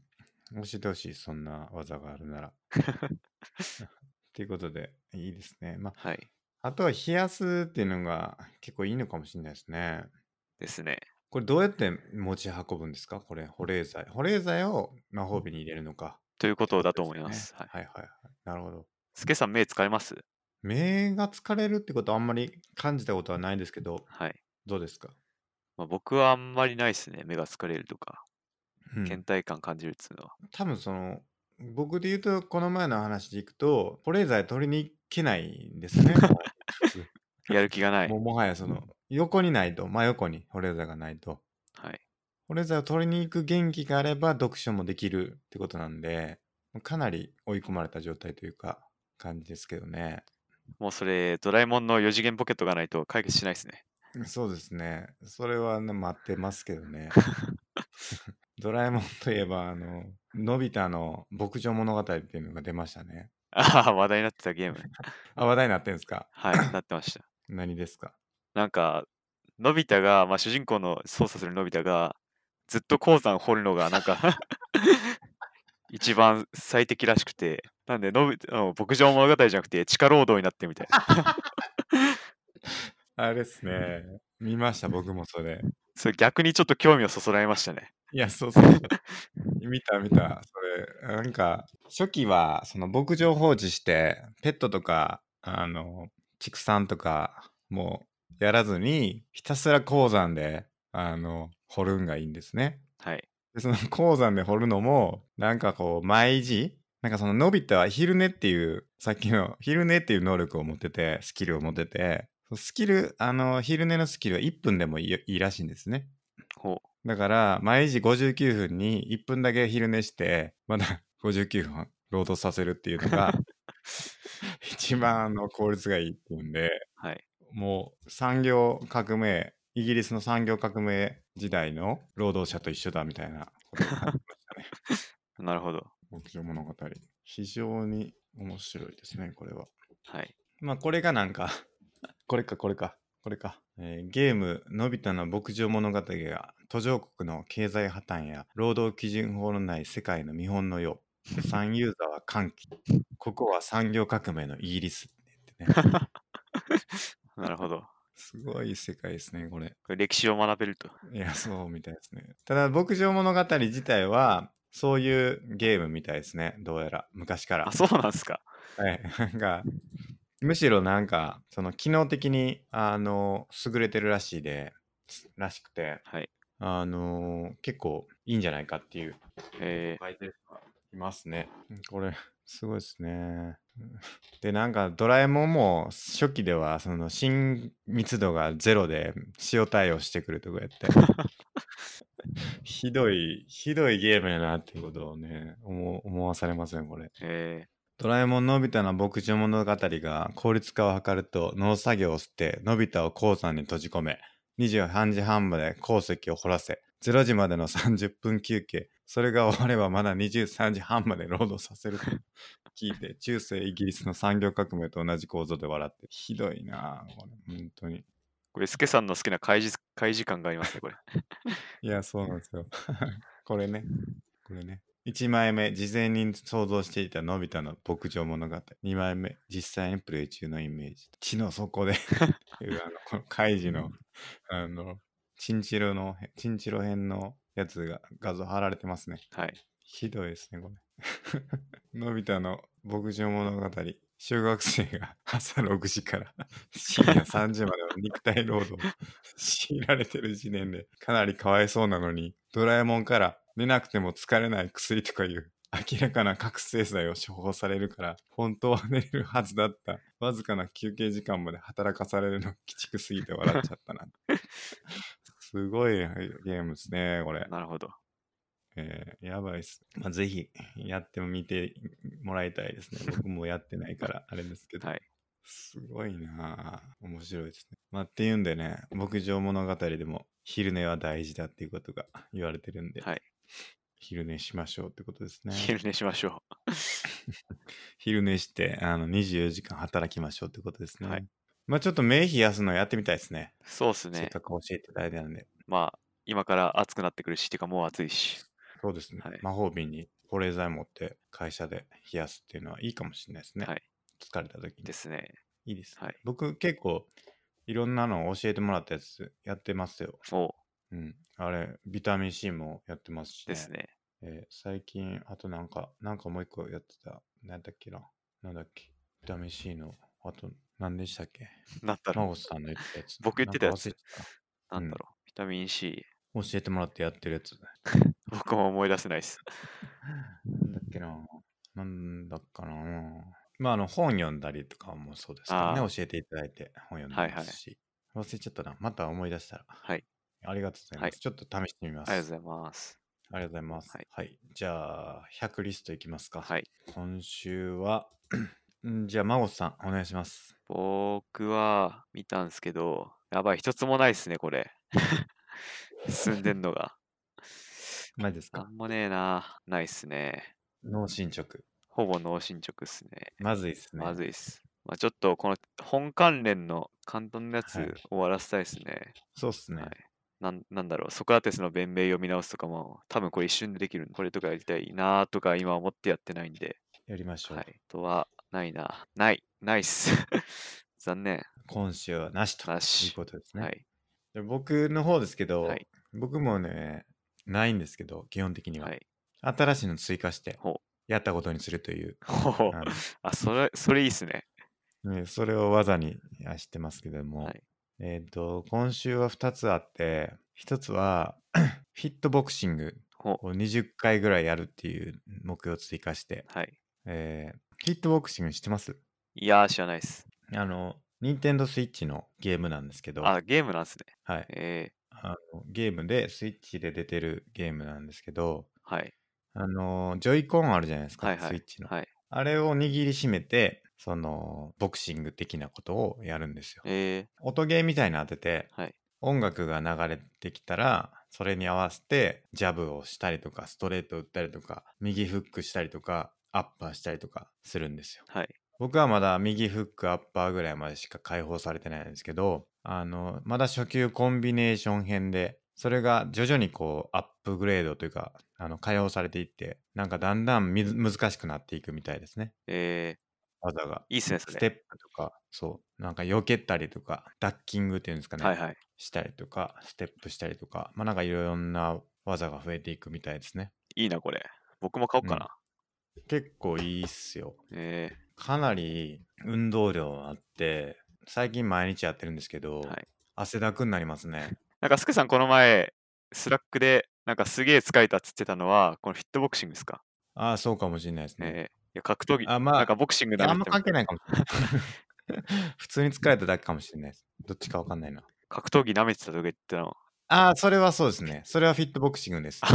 教えてほしい、そんな技があるな
*laughs*
ら。っていうことで、いいですね。ま
はい。
あ、あとは冷やすっていうのが結構いいのかもしれないですね。
ですね。
これどうやって持ち運ぶんですかこれ、保冷剤。保冷剤を魔法瓶に入れるのか。
ということだと
そ
思
う
い
で
ますす。
よね
はい。
はいはいはい。なるほど。
すけさん、目疲れます
目が疲れるってことはあんまり感じたことはないですけど、
はい。
どうですか、
まあ、僕はあんまりないですね。目が疲れるとか、
うん
倦怠感感じるっていう
*laughs*
のは。
多分その僕で言うとこの前の話でいくと保冷剤取りに行けないんですよ *laughs* ね。も
やる気がな
う
い
も。うもはやその横にないと真横に保冷剤がないと
はい。
保冷剤を取りに行く元気があれば読書もできるってことなんでかなり追い込まれた状態というか感じですけどね。
もうそれ、ドラえもんの4次元ポケットがないと解決しないですね。
そうですね。それは、ね、待ってますけど *laughs* ね。ドラえもんといえばあののび太の牧場物語っていうのが出ましたね。
ああ、話題になってたゲーム。
あ話題になってんですか *laughs*
はい、なってました。
何ですか
なんか、のび太が、まあ、主人公の操作するのび太が、ずっと鉱山掘るのが、なんか、 *laughs* 一番最適らしくて、なんでのび、あの牧場物語じゃなくて、地下労働になってるみたいな。
あれっすね。見ました、僕もそれ。
それ逆にちょっと興味をそそられましたね。
いや、そうそうそう。見た、見た。それ、なんか、初期は、その牧場放置して、ペットとか、あの、畜産とか、もう、やらずに、ひたすら鉱山で、あの、掘るんがいいんですね。
はい。
で、その鉱山で掘るのも、なんかこう、毎時、なんかその、のび太は昼寝っていう、さっきの、昼寝っていう能力を持ってて、スキルを持ってて、そのスキル、あの、昼寝のスキルは1分でもいいいいらしいんですね。
ほう。
だから、毎時59分に1分だけ昼寝して、まだ *laughs* 59分労働させるっていうのが、一番あの効率がいいっていうんで、
はい。
もう産業革命、イギリスの産業革命時代の労働者と一緒だみたいなことを書いてましたね。
なるほど。
牧場物語。非常に面白いですね、これは。
はい。
まあ、これがなんか、 *laughs* これか、これか、これか。えーゲーム、のび太の牧場物語が、途上国の経済破綻や労働基準法のない世界の見本のよう。産ユーザーは歓喜。ここは産業革命のイギリスって言ってね。
なるほど。
すごい世界ですね、これ。
これ歴史を学べると。
いや、そうみたいですね。ただ、牧場物語自体は、そういうゲームみたいですね、どうやら、昔から
あ、。そうなんですか。
はい、 *laughs* なんかむしろなんかその機能的にあの優れてるらしいでらしくて
はい。
あの結構いいんじゃないかっていう
え
書いてる人がいますねこれすごいですねでなんかドラえもんも初期ではその新密度がゼロで塩対応してくるとかやって *laughs* ひどいひどいゲームやなっていうことをね思思わされますねこれ
ー、え
ドラえもんのび太の牧場物語が効率化を図ると農作業を捨てのび太を鉱山に閉じ込め23時半まで鉱石を掘らせ0時までの30分休憩それが終わればまだ23時半まで労働させると *laughs* 聞いて中世イギリスの産業革命と同じ構造で笑ってひどいなあこれ本当に
ー、これ、スケさんの好きな開示開示感がありますね、これ。
いやそうなんですよ *laughs* これね *laughs* これね1枚目事前に想像していたのび太の牧場物語2枚目実際にプレイ中のイメージ地の底 *laughs* でっていうあのこの開示のあのチンチロのチンチロ編のやつが画像貼られてますね
はい。
ひどいですねこれ *laughs* のび太の牧場物語小学生が *laughs* 朝6時から *laughs* 深夜3時までの *laughs* 肉体労働を強いられてる時点でかなりかわいそうなのにドラえもんから寝なくても疲れない薬とかいう明らかな覚醒剤を処方されるから本当は寝れるはずだったわずかな休憩時間まで働かされるの鬼畜すぎて笑っちゃったな *laughs* すごいゲームですねこれ
なるほど。
えーやばいっす。まあ、ぜひやってみてもらいたいですね。
*laughs*
僕もやってないからあれですけど。
はい
すごいなあ面白いですね。まあ、っていうんでね、牧場物語でも昼寝は大事だっていうことが言われてるんで、
はい
昼寝しましょうってことですね。
昼寝しましょ
昼寝してあの24時間働きましょうってことですね。
はい
まあ、ちょっと目冷やすのやってみたいですね。
う。そうっ
せ
す
っ
ね。
かく教えていただいたんで。
まあ、今から暑くなってくるし、てかもう暑いし。
そうですね。
はい
魔法瓶に保冷剤持って会社で冷やすっていうのはいいかもしれないですね。
はい
疲れた時に。
ですね。
いいです、ね
はい
僕結構いろんなのを教えてもらったやつやってますよ。
おう
うん。あれ、ビタミン C もやってますし、
ですね。
えー最近、あとなんか、なんかもう一個やってた。なんだっけな。なんだっけ。ビタミン C のあと、何でしたっけ
なんだろ
マゴスさんの言ってたやつ。
僕言ってたやつ
なんか忘れて
う、なんだろう、ビタミン C、
た教えてもらってやってるやつ。
僕も思い出せないです。
なんだっけな。なんだっかな。まあ、あの、本読んだりとかもそうですから
あ
ね。
ー
教えていただいて本読んでますし。忘れちゃったな。また思い出したら。
はい、
ありがとうございます。
はい
ちょっと試してみます。
ありがとうございます。
ありがとうございます。は
はいい。
じゃあ、100リストいきますか。
はい、
今週は、 *clears throat* んじゃあ、マゴスさん、お願いします。
僕は見たんですけど、やばい、一つもないっすね、これ。 *laughs* 進んでんのが。
ないです
な
か
んもねえな。ないっすね。
脳進捗。
ほぼ脳進捗っすね。
まずいですね。
まずいっす。まあ、ちょっとこの本関連の簡単なやつ
はい
終わらせたいっすね。
そうっすね。
はいなんなんだろう、ソクラテスの弁明読み直すとかも、多分これ一瞬でできる。これとかやりたいなとか今思ってやってないんで。
やりましょう。
はい。あとは、ないな。ない。ないっす。 *laughs* 残念。
今週はなしと
ないし
うことですね。
はい。
で僕の方ですけど、
はい
僕もね、ないんですけど、基本的には。
はい。
新しいの追加して
ほ、
やったことにするという、
ほほ
あ
あ、それ、それいいっすね。
のね、それを技にあしてますけども、
はい
えっ、と、今週は2つあって、1つは、 *clears throat* フィットボクシング
ほ
を20回ぐらいやるっていう目標を追加して、
はい。
えーフィットボクシングしてます
いやー、知らないっす。
あの、ニンテンドースイッチのゲームなんですけど、は
あ、
い、
ゲームなんすね。え
あのゲームで、スイッチで出てるゲームなんですけど、
ー、はい。
あのージョイコンあるじゃないですか、
はいはい
スイッチの。
はい。
あれを握りしめて、その、ボクシング的なことをやるんですよ。
え
音ゲーみたいなの当てて、
ー、はい。
音楽が流れてきたら、それに合わせて、ジャブをしたりとか、ストレート打ったりとか、右フックしたりとか、アッパーしたりとかするんですよ。
はい。
僕はまだ右フック、アッパーぐらいまでしか解放されてないんですけど、あの、まだ初級コンビネーション編で、それが徐々にこう、アップグレードというか、あの、解放されていって、なんかだんだんみず難しくなっていくみたいですね、
え
技が。
ー、いいっすね、そ
ステ
れ。
ップとか、そう、なんか避けたりとか、ダッキングっていうんですかね、
はいはい。
したりとか、ステップしたりとか、まあなんかいろんな技が増えていくみたいですね。
いいな、これ。僕も買おうかな。
結構いいっすよ。
え
かなり運動量あって最近毎日やってるんですけど、
ー、はい。
汗だくになります
*laughs*
ね
なんか、スケさん、この前、スラックで、なんかすげえ疲れたっつってたのは、このフィットボクシングですか。
ああそうかもしれないですね、
えー、いや格闘技、
あまあ
なんかボクシング
いや
だ
あ
なん
ま
みたい
関係ない
な
かもしれない *laughs* 普通に疲れただけかもしれないですどっちかわかんないな
格闘技舐めてたとか言ってたの。
ああそれはそうですねそれはフィットボクシングです
あ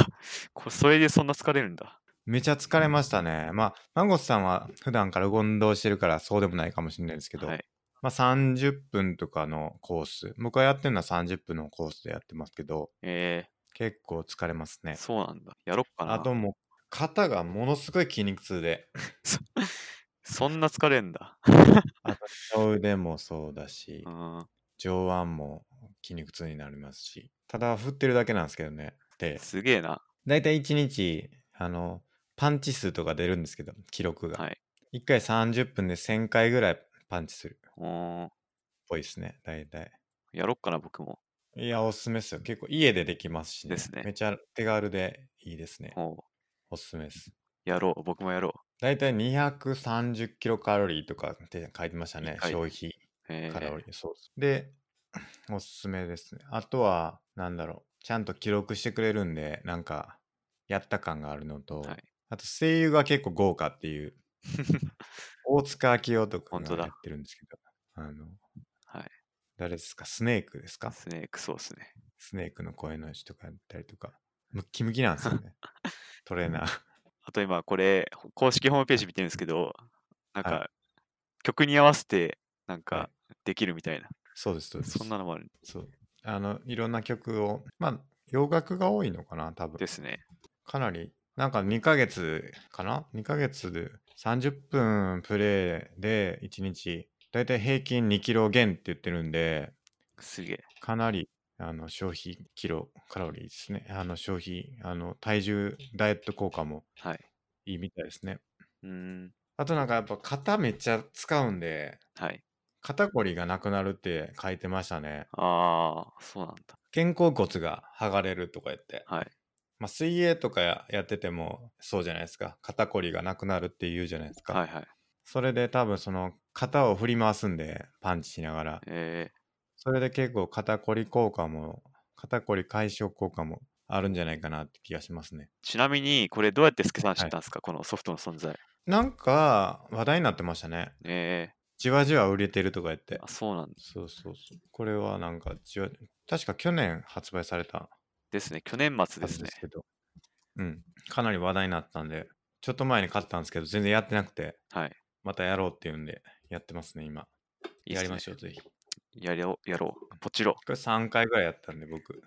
こそれでそんな疲れるんだ。
めちゃ疲れましたねまあマンゴスさんは普段から運動してるからそうでもないかもしれないですけど、
はい。
まあ30分とかのコース僕がやってるのは30分のコースでやってますけど
え
結構疲れます
ー、
ね
そうなんだ。やろっかな。
あともう肩がものすごい筋肉痛
*laughs*
で
そそんな疲れ
*laughs*
んだ。
腕もそうだし
う、ん。
上腕も筋肉痛になりますし、ただ振ってるだけなんですけどね。で、
すげえな。
だいたい1日、あの、パンチ数とか出るんですけど、記録が。
はい。
1回30分で1000回ぐらいパンチするっ
うん。
ぽいですね、だいたい。
やろっかな、僕も。
いや、おすすめですよ。結構家でできますしね。
ですね
めちゃ手軽でいいですね。
おう
おすすめです。
やろう。僕もやろ
だいたい230キロカロリーとかって書いてましたね、
はい
消費。
う。え
カロ
ー、
リー、そうです。で、おすすめですね。あとは、なんだろう、ちゃんと記録してくれるんで、なんか、やった感があるのと、
はい
あと声優が結構豪華って
*laughs*
いう、大塚明夫とか
本当
が
だ
やってるんですけど、あの、
はい
誰ですか、スネークですか
スネークそうっすね。
スネークの声の人がやったりとか、ムッキムキなん
*laughs*
ですよね、トレーナー。
あと今、これ、ほ公式ホームページ見てるんですけど、なんか、
は
曲に合わせて、なん
は
か、できるみたいな。
そうです、そうです。
そんなのもあるん
そうあの、いろんな曲を、まあ、洋楽が多いのかな、多分
で。すね。
かなり、なんか2ヶ月かな ?2 ヶ月で30分プレイで1日、だいたい平均2キロ減って言ってるんで、
すげえ。
かなりあの消費キロカロリーですね。あの消費、あの体重、ダイエット効果も
はい。
いいみたいですね。
うーん。
あとなんかやっぱ肩めっちゃ使うんで、
はい。
肩こりがなくなるって書いてましたね。
ああ、そうなんだ。
肩甲骨が剥がれるとか言って。
はい。
まあ、水泳とかややっててもそうじゃないですか。肩こりがなくなるって言うじゃないですか。
はいはい。
それで多分その肩を振り回すんで、パンチしながら。
え
それで結構肩こり効果も、肩こり解消効果もあるんじゃないかなって気がしますね。
ーちなみに、これどうやってスケさん知ったんですか、このソフトの存在。
なんか話題になってましたね。
え
じわじわ売れてるとか言って
ー、あ。そうなん
そうそうそう。これはなんかじわ、確か去年発売された
ですね。去年末
は
で
ず
す
で
ね。
すけど、うん。かなり話題になったんで、ちょっと前に買ったんですけど、全然やってなくて、
はい。
またやろうっていうんで、やってますね、今。
いいっ
や
す
り
ね
ましょう、ぜひ。こ
やろう、やろう。ポチろ
れ3回ぐらいやったんで、僕、
う。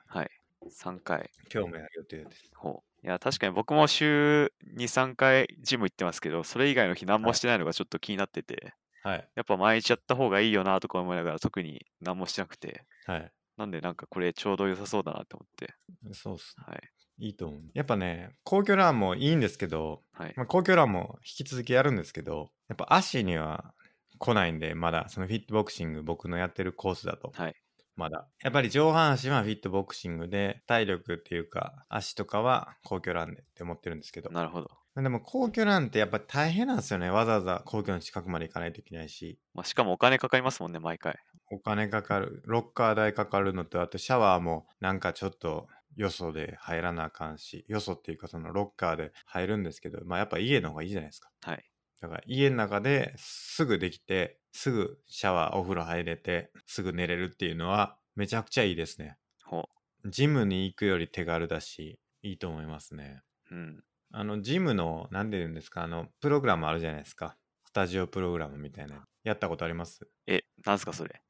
3回。
今日もやる予定です。
ほう。いや、確かに僕も週2、3回ジム行ってますけど、それ以外の日何も
はい
してないのがちょっと気になってて、
はい。
やっぱ毎日やった方がいいよなとか思いながら、特に何もしてなくて、
はい。
なんでなんかこれちょうど良さそうだなと思って、
そうっす。
はい。
いいと思う。やっぱね、皇居ランもいいんですけど、
はい。
まあ、皇居ランも引き続きやるんですけど、やっぱ足には来ないんで、まだ、そのフィットボクシング、僕のやってるコースだと。
はい。
まだ。やっぱり上半身はフィットボクシングで、体力っていうか、足とかは皇居ランでって思ってるんですけど。
なるほど。
でも皇居ランってやっぱ大変なんですよね。わざわざ皇居の近くまで行かないといけないし、
まあ、しかもお金かかりますもんね、毎回。
お金かかる、ロッカー代かかるのと、あとシャワーもなんかちょっと、よそで入らなあかんし、よそっていうかそのロッカーで入るんですけど、まあやっぱ家の方がいいじゃないですか。
はい。
だから家の中ですぐできて、すぐシャワー、お風呂入れて、すぐ寝れるっていうのはめちゃくちゃいいですね。
ほ
ジムに行くより手軽だし、いいと思いますね。
う。うん。
あの、ジムの、なんて言うんですか、あの、プログラムあるじゃないですか。スタジオプログラムみたいな。やったことあります
え、なんすかそれ。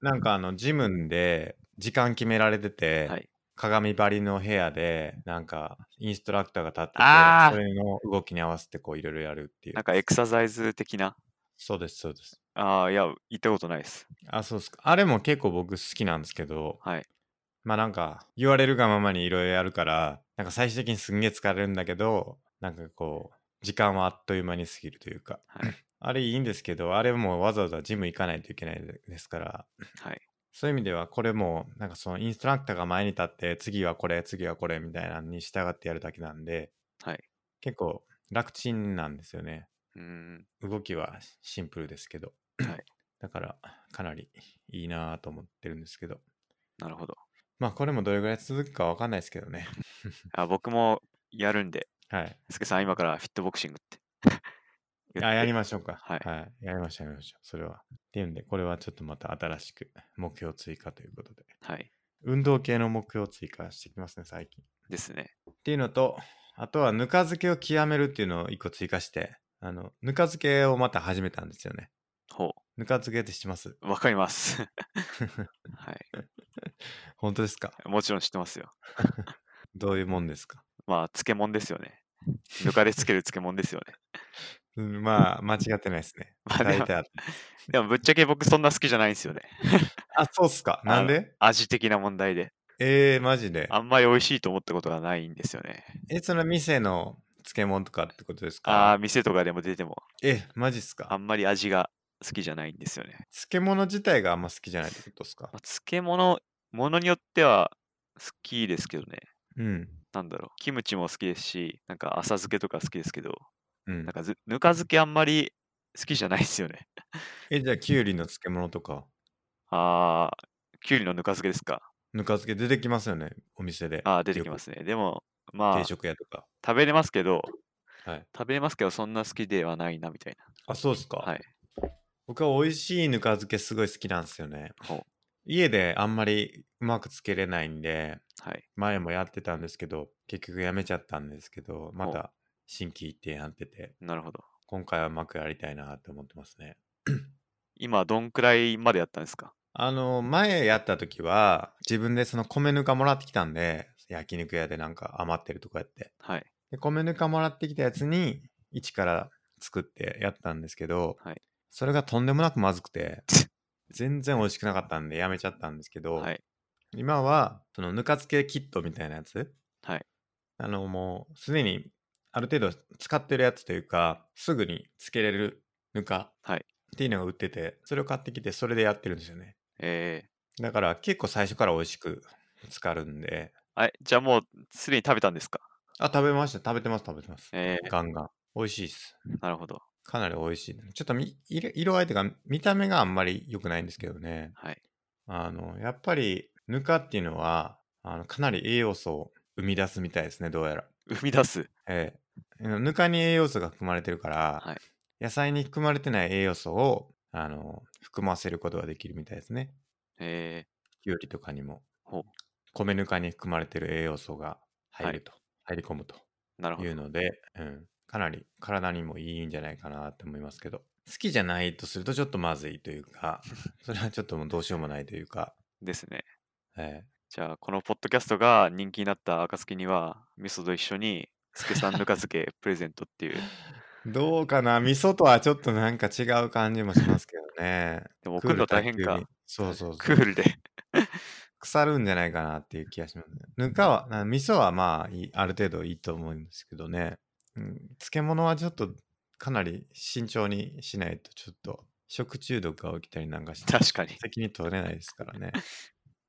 なんかあの、ジムで時間決められてて、
はい。
鏡張りの部屋で、なんか、インストラクターが立ってて
あ、ー
それの動きに合わせてこう、いろいろやるっていう
なん。かエクササイズ的な。
そうです、そうです。
ああ、いや、行ったことないです。
あ、そうっすか。あれも結構僕好きなんですけど、
はい。
まあなんか言われるがままにいろいろやるからなんか最終的にすんげえ疲れるんだけどなんかこう時間はあっという間に過ぎるというか、
はい
*clears throat* あれいいんですけどあれもわざわざジム行かないといけないですから
はい。
*clears throat* そういう意味ではこれもなんかそのインストラクターが前に立って次はこれ次はこれみたいなのに従ってやるだけなんで、
はい
結構楽ちんなんですよね
うーん。
動きはシンプルですけど、
はい
*clears throat* だからかなりいいなぁと思ってるんですけど
なるほど。
まあこれもどれぐらい続くかわかんないですけど
*laughs*
ね
あ僕もやるんで、
はい
すけさん今からフィットボクシングって。 *laughs* 言
あ
って
やりましょうか。
*laughs* はい
やりましょう、やりましょう。それは。っていうんで、これはちょっとまた新しく目標追加ということで。
はい。
運動系の目標追加してきますね、最近。
ですね。
っていうのと、あとはぬか漬けを極めるっていうのを一個追加して、あの、ぬか漬けをまた始めたんですよね。
ほ
ぬか漬けって知ってます
う。わか
*laughs*
ります。はい。
本当ですか
もちろん知ってますよ。
どういうもんですか、
まあ、漬物ですよね。ぬかで漬ける漬物ですよね。
うん、まあ、間違ってないです
*laughs*
ね。
まあで
大
も
体あ
でもぶっちゃけ僕そんな好きじゃないんですよね。
あ、そうっすか。なんで
味的な問題で。
えー、マジで。
あんまり美味しいと思ったことがないんですよね。
え、その店の漬物とかってことです
ああー、
か
店とかでも出ても、
え、マジっすか
あんまり味が好きじゃないんですよね。
漬物自体があんま好きじゃないってことですか
まあ、漬物、ものによっては好きですけどね。
うん。
なんだろう。キムチも好きですし、なんか浅漬けとか好きですけど、
うん
なん、かずぬか漬けあんまり好きじゃないですよね。
えじゃあきゅうりの漬物とか
ああ、きゅうりのぬか漬けですか。
ぬか漬け出てきますよねお店で
ああ、出てきま
よ
すね。でも、
く
まあ、
定
食
食屋とか
べれますけど、
はい
食べれますけど、そんな好きではないなみたい
あそうですか、
な。はい。
僕は美味しいぬか漬けすごい好きなんですよね
ほう
家であんまりうまく漬けれないんで
はい。
前もやってたんですけど結局やめちゃったんですけどま
ほ
た新規一転やってて
なるほど。
今回はうまくやりたいなって思ってますね
今、どんくらいまでやったんですか
あの、前やった時は、自分でその米ぬかもらってきたんで、焼肉屋でなんか余ってるとこやって。
はい。
で、米ぬかもらってきたやつに、一から作ってやったんですけど、
はい
それがとんでもなくまずくて、全然美味しくなかったんでやめちゃったんですけど、
はい。
今は、そのぬか漬けキットみたいなやつ、
はい
あの、もう、すでにある程度使ってるやつというか、すぐに漬けれるぬか、
はい
っていうのが売ってて、それを買ってきて、それでやってるんですよね。
えー、
だから結構最初から美味しく浸かるんで。
あれじゃあもうすでに食べたんですか
あ、食べました。食べてます、食べてます。
え
ガンガン。美味しいっす。
ー、なるほど。 *laughs*
かなり美味しいね。ちょっとみ色色合いというか、見た目があんまり良くないんですけどね。
はい。
あの、やっぱり、ぬかっていうのは、あのかなり栄養素を生み出すみたいですね、どうやら。
生み出す。
ええぬかに栄養素が含まれてるから、
はい
野菜に含まれてない栄養素を、あの、含ませることができるみたいですね。
え
きゅうりとかにも
ほう。
米ぬかに含まれてる栄養素が入
はい
ると、入り込むと
ー、なるほ
い
ど。
うので、うん、かなり体にもいいんじゃないかなって思いますけど好きじゃないとするとちょっとまずいという *laughs* かそれはちょっともうどうしようもないというか、
ですね。
え
じゃあ、このポッドキャストが人気になった暁には、味噌と一緒に、つけさんぬか漬けプレゼントっていう。
え *laughs* どうかな味噌とはちょっとなんか違う感じもしますけどね *laughs*
でも送るの大変
クール
*laughs* か
な急に。そうそう
ク
そう
ールで。 *laughs*
腐るんじゃないかなっていう気がしますねぬかはな味噌はまあいいある程度いいと思うんですけどね、うん、漬物はちょっとかなり慎重にしないとちょっと食中毒が起きたりなんかして
確かに。
責任取れないですからね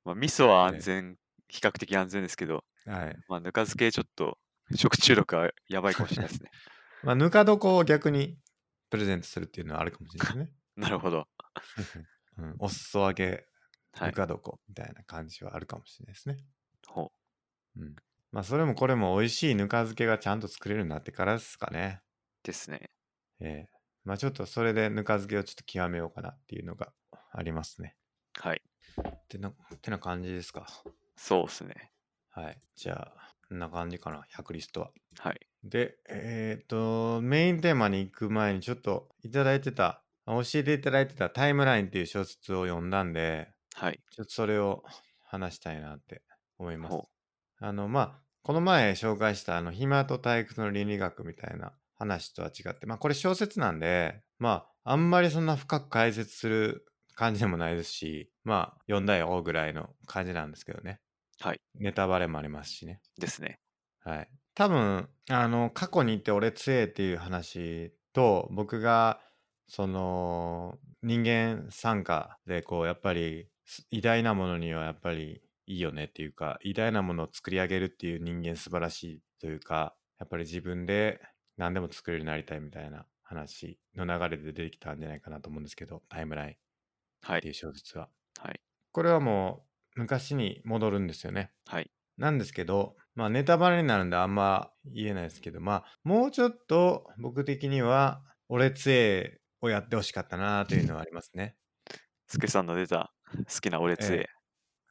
まあ、味噌は
え
安
え
全、比較的安全ですけど、
はい
まあ、ぬか漬けちょっと、 *laughs* 食中毒はやばいかもしれないですね。 *laughs*
まあぬか床を逆にプレゼントするっていうのはあるかもしれないですね、
なる
*laughs*
ほど。
うん、お裾分け
は
ぬ
い。
か床みたいな感じはあるかもしれないですね、
ほ
うんまあそれもこれも美味しいぬか漬けがちゃんと作れるようになってからですかね
うですね。
ええまあちょっとそれでぬか漬けをちょっと極めようかなっていうのがありますね。
はい。
てな、てな感じですか。
そうですね。
はい。じゃあ、こんな感じかな、100リストは。
はい。
で、えっ、と、メインテーマに行く前にちょっといただいてた、教えていただいてたタイムラインっていう小説を読んだんで、
はい。
ちょっとそれを話したいなって思います
ほう。
あの、まあ、この前紹介したあの、暇と退屈の倫理学みたいな話とは違って、まあ、これ小説なんで、まあ、あんまりそんな深く解説する感じでもないですし、まあ、読んだよぐらいの感じなんですけどね。
はい。
ネタバレもありますしね。
ですね。
はい。多分、あの、過去に行って俺強えっていう話と、僕が、その、人間参加で、こう、やっぱり、す偉大なものにはやっぱりいいよねっていうか、偉大なものを作り上げるっていう人間素晴らしいというか、やっぱり自分で何でも作れるようになりたいみたいな話の流れで出てきたんじゃないかなと思うんですけど、タイムラインっ
は
てい
い。
う小説は。
はい。
これはもう、昔に戻るんですよね。
はい。
なんですけど、まあネタバレになるんであんま言えないですけど、まあもうちょっと僕的には、俺杖をやってほしかったなというのはありますね。
すけさんの出た *laughs* 好きなお列へ、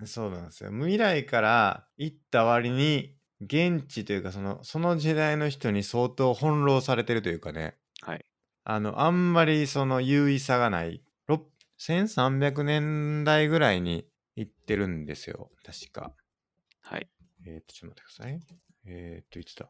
えそうなんですよ。未来から行った割に、現地というかその、その時代の人に相当翻弄されてるというかね、
はい。
あの、あんまりその優位さがない、ろ1300年代ぐらいに行ってるんですよ、確か。
はい。
えっ、と、ちょっと待ってください。えっ、と、いつだ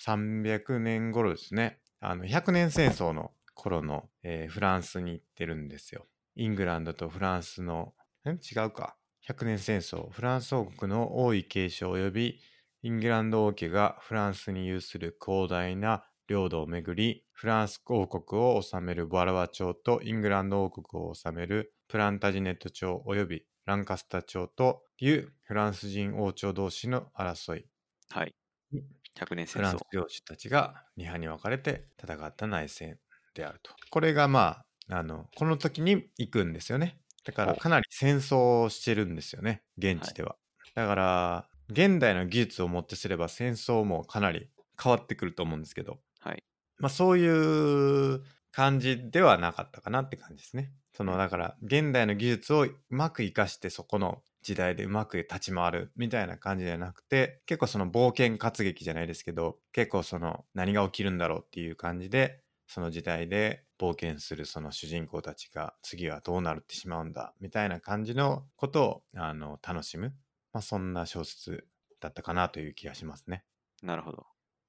?1300 年頃ですね。あの、100年戦争の頃の、えーフランスに行ってるんですよ。イングランドとフランスの、ん違うか。100年戦争。フランス王国の王位継承及び、イングランド王家がフランスに有する広大な領土をめぐり、フランス王国を治めるバラワ朝とイングランド王国を治めるプランタジネット朝及びランカスタ朝というフランス人王朝同士の争い、
はい。100年
フ
戦
ラン
争
ス。領主たちが2派に分かれて戦った内戦であると。これがまあ、あの、この時に行くんですよね。だから
ほう
かなり戦争をしてるんですよね、現地では。だから、現代の技術をもってすれば戦争もかなり変わってくると思うんですけど、
はい。
まあそういう感じではなかったかなって感じですね。そのだから現代の技術をうまく活かしてそこの時代でうまく立ち回るみたいな感じじゃなくて結構その冒険活劇じゃないですけど結構その何が起きるんだろうっていう感じでその時代で冒険するその主人公たちが次はどうなるってしまうんだみたいな感じのことをあの楽しむ、まあ、そんな小説だったかなという気がしますね。
なるほど。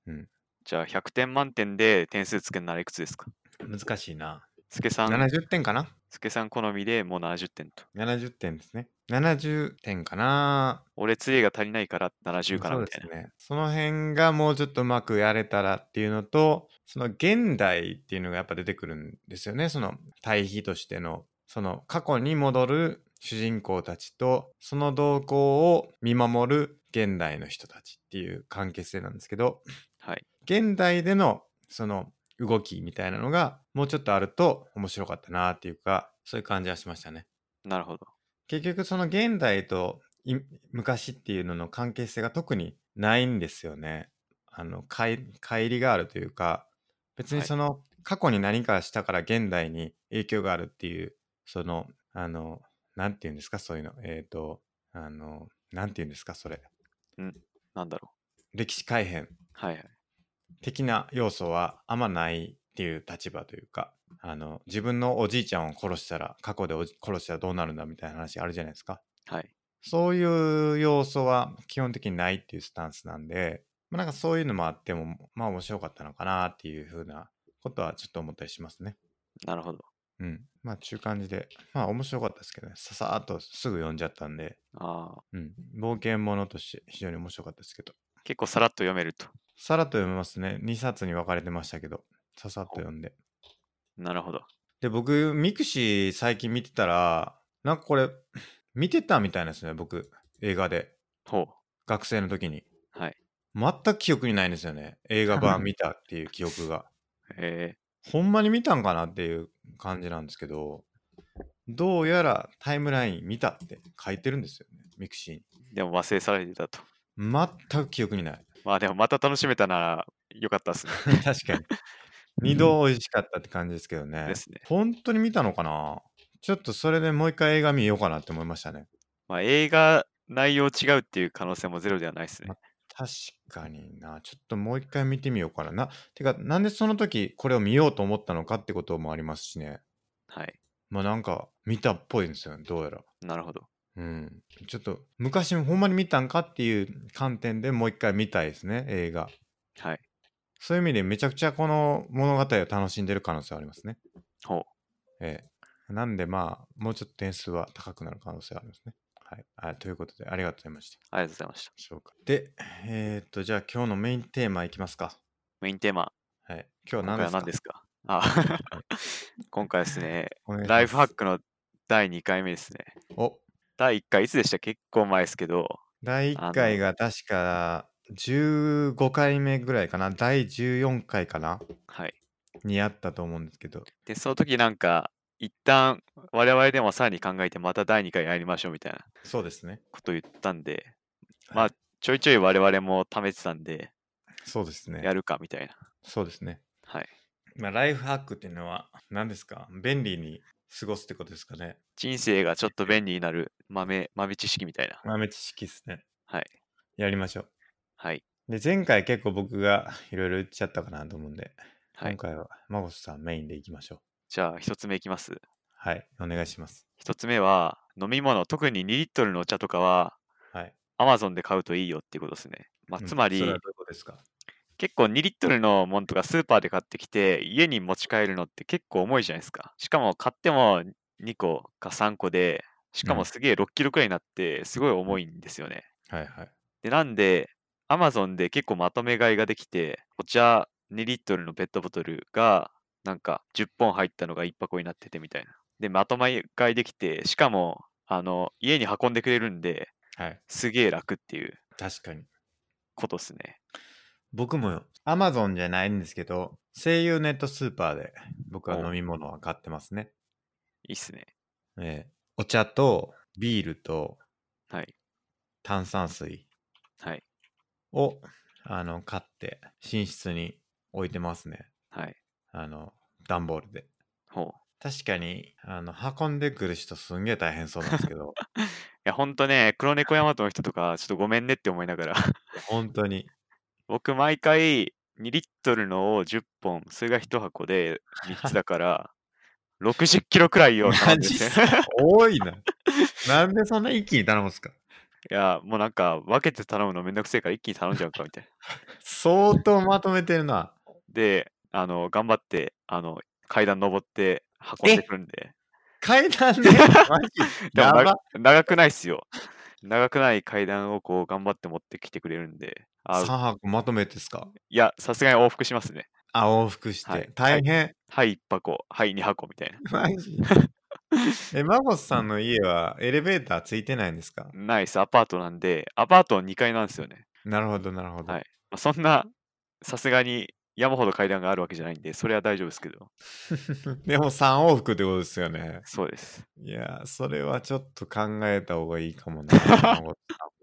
うん
じゃあ、100点満点で点数つけるならいくつですか
難しいな。
すけさん、
70点かな
すけさん好みでもう70点と。
70点ですね。70点かな
俺、杖が足りないから70かな
そう
み
で
たい
す
な。
ね。その辺がもうちょっとうまくやれたらっていうのと、その現代っていうのがやっぱ出てくるんですよね。その対比としての、その過去に戻る主人公たちと、その動向を見守る現代の人たちっていう関係性なんですけど、
はい。
現代でのその動きみたいなのがもうちょっとあると面白かったなっていうかそういう感じはしましたね。
なるほど。
結局その現代とい昔っていうのの関係性が特にないんですよね。あの乖乖離があるというか別に
はい。
その過去に何かしたから現代に影響があるっていうそのあのなんて言うんですかそういうのえっ、とあのなんて言うんですかそれ
うん。なんだろ
歴史改変
う。はいはい。
的な要素はあんまないっていう立場というかあの自分のおじいちゃんを殺したら過去でおじ殺したらどうなるんだみたいな話あるじゃないですか
はい。
そういう要素は基本的にないっていうスタンスなんで、まあ、なんかそういうのもあってもまあ面白かったのかなっていうふうなことはちょっと思ったりしますね
なるほど。
うんまあ中感じでまあ面白かったですけどねささーっとすぐ読んじゃったんで
ああ。
うん冒険ものとして非常に面白かったですけど
結構さらっと読めると。
さらっと読めますね2冊に分かれてましたけどささっと
ほ
読んで
なるほど。
で、僕、ミクシー最近見てたら、なんかこれ、見てたみたいなんですね、僕、映画で、
ほう。
学生の時に。
はい。
全く記憶にないんですよね、映画版見たっていう記憶
*laughs*
が。
え
ほんまに見たんかなっていう感じなんですけど、どうやらタイムライン見たって書いてるんですよね、ミクシーに。
ー、でも忘れ去られてたと。
全く記憶に
*laughs*
ない。
まあでもまた楽しめたならよかっ
*laughs*
たですね。
確かに。
う
二
ん
度美味しかったって感じですけど
で
ね。
すね。
本当に見たのかなちょっとそれでもう一回映画見ようかなって思いましたね。
まあ映画内容違うっていう可能性もゼロではないですね。
ま確かにな。ちょっともう一回見てみようかな。な、てか、なんでその時これを見ようと思ったのかってこともありますしね。
はい。
まあなんか見たっぽいんですよね、どうやら。
なるほど。
うん。ちょっと昔ほんまに見たんかっていう観点でもう一回見たいですね、映画。
はい。
そういう意味でめちゃくちゃこの物語を楽しんでる可能性はありますね。
ほ
ええ。なんでまあ、もうちょっと点数は高くなる可能性はありますね。はい。あということで、ありがとうございました。
う。ありがとうございました。
そうか。で、えー、っと、じゃあ今日のメインテーマいきますか。
メインテーマ、
はい。今日
今
何
回
で
は
す
何
か
ですかあ *laughs*
はい
今回はですね、
*laughs* お願いし
ライ
ま
フハッ
す。
クの第2回目ですね。
お、
第1回いつでした結構前ですけど、
第1
あ
回
の、
が確か15回目ぐらいかな、第14回かな、
はい。
にあったと思うんですけど、
で、その時なんか、一旦我々でもさらに考えてまた第2回やりましょうみたいな
そうですね。
ことを言ったんで、
は
まあ
い。
ちょいちょい我々も貯めてたんで、
そうですね。
やるかみたいな。
そうですね。
はい。
まあ、ライフハックっていうのは何ですか便利に過ごすってことですかね。
人生がちょっと便利になる豆、豆知識みたいな。
豆知識ですね。
はい。
やりましょ
はい。
う。で、前回結構僕がいろいろ言っちゃったかなと思うんで、
は
今
い。
回は孫さんメインでいきましょう。
じゃあ、一つ目いきます。
はい。お願いします。
一つ目は、飲み物、特に2リットルのお茶とかは、
はい。
Amazon で買うといいよっていうことですね。まあ、
う
つ
ん。
ま
それは
り、
どういうことですか
結構2リットルのものとかスーパーで買ってきて、家に持ち帰るのって結構重いじゃないですか。しかも買っても2個か3個で、し
う
かも
ん。
すげえ6キロくらいになって、すごい
うん
重いんですよね。
はいはい。
で、なんで、Amazon で結構まとめ買いができて、お茶2リットルのペットボトルが、なんか10本入ったのが1箱になっててみたいな。で、まとめ買いできて、しかも、あの、家に運んでくれるんで、
はい。
すげえ楽っていう
確かに。
ことですね。
僕も Amazon じゃないんですけど、声優ネットスーパーで僕は
お
飲み物は買ってますね。
いいっすね。
ええお茶とビールと
はい。
炭酸水
はい。
をあの買って寝室に置いてますね。
はい。
あの、段ボールで。
ほう。
確かに、あの、運んでくる人すんげえ大変そうなんですけ *laughs* ど、
いや、ほんとね、黒猫ヤマトの人とか、ちょっとごめんねって思いながら *laughs*
本当に。
僕、毎回2リットルのを10本、それが1箱で3つだから、60キロくらいを頼
マ
んでるん
ジ
で
っ
すね。
すか多いな。なんでそんな一気に頼むんすか
いや、もうなんか、分けて頼むのめんどくせえから一気に頼んじゃうか、みたいな。
相当まとめてるな。
で、あの、頑張って、あの、階段登って運んで
え
くるんで。
階段 *laughs* でマジ
でも
や
な、
ば。
長くないっすよ。長くない階段をこう、頑張って持ってきてくれるんで。あ、
3泊まとめてですか
いや、さすがに往復しますね。
あ、往復し
は
て。
い。は
大
い。
変。 *laughs*
はい、1箱。はい、2箱みたいな。
マ
*laughs*
ジえ、マゴスさんの家はエレベーターついてないんですか
ナイス、アパートなんで、アパートの2階なんですよね。
なるほど、なるほ
は
ど。
い。まあ、そんな、さすがに山ほど階段があるわけじゃないんで、それは大丈夫ですけど。
*laughs* でも3往復ってことですよね。
そうです。
いやー、それはちょっと考えた方がいいかも
*laughs*
な。山本さ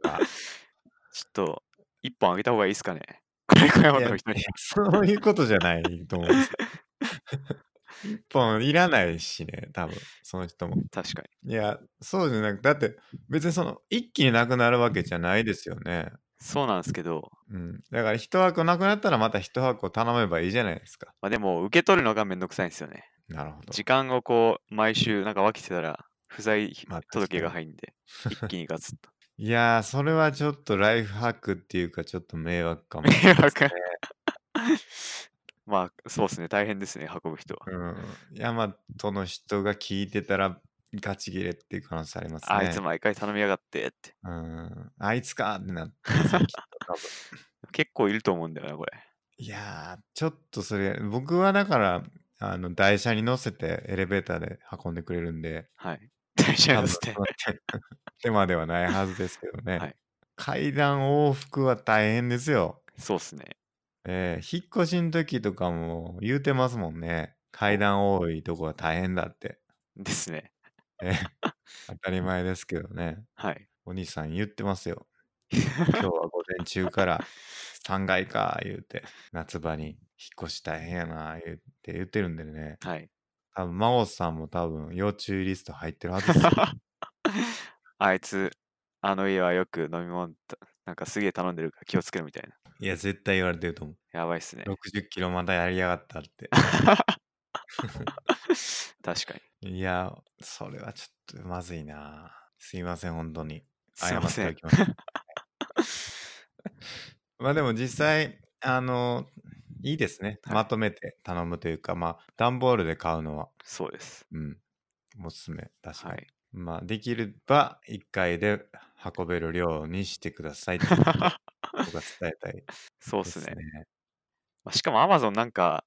んは
ちょっと、一本あげた方がいいですかね。これ、小山
いや
の人に。
そういうことじゃないと思うんですけど。一本いらないしね、多分その人も。
確かに。
いや、そうじゃなくて、だって別にその一気になくなるわけじゃないですよね。
そうなんですけど、
うん。だから一箱なくなったらまた一箱頼めばいいじゃないですか。
まあ、でも、受け取るのがめんどくさいんですよね。
なるほど。
時間をこう、毎週、なんか分けてたら、不在
まあ
届が
確か
入ん
*laughs*
で、一気にガツッと。
にいやー、それはちょっとライフハックっていうか、ちょっと迷惑か
*laughs*
も。
迷惑。まあ、そうですね。大変ですね、運ぶ人は。
うん。ヤマトの人が聞いてたらガチ切れっていう可能性ありますね。
あいつ毎回頼みやがってって。
うん。あいつかーってなってますよ。きっと多分
結構いると思うんだよな、これ。
いやー、ちょっとそれ、僕はだから、あの台車に乗せてエレベーターで運んでくれるん
*laughs*
で、
はい。大事
多
な
分
んで
そ
すね。
の手手間ではないはずですけどね。
*laughs* はい
階段往復は大変ですよ。
そうですね。
えー引っ越しの時とかも言うてますもんね。階段多いとこは大変だって。
ですね。
えー当たり前ですけどね。
はい。
お兄さん言ってますよ。今日は午前中から3階か言うて、夏場に引っ越し大変やな言うて言ってるんでね。
はい。 *laughs*
多分、真央さんも多分、要注意リスト入ってるはずですよ。
あいつ、あの家はよく飲み物た、なんかすげえ頼んでるから気をつけるみたいな。
いや、絶対言われてると思う。
やばいっすね。
60キロまたやりやがったって。
確かに。
いや、それはちょっとまずいな。すいません、本当に。
すいませ
謝っ
ん
て。おきました
*laughs*
まあでも実際、あの、いいですね。
はい
まとめて頼むというか、まあ、段ボールで買うのは、
そうです。
うん、おすすめ。確かに。
はい。
まあ、できれば、1回で運べる量にしてくださいと僕は伝えたいで
そうっす
す
ね。
ね。
まあしかも Amazon なんか、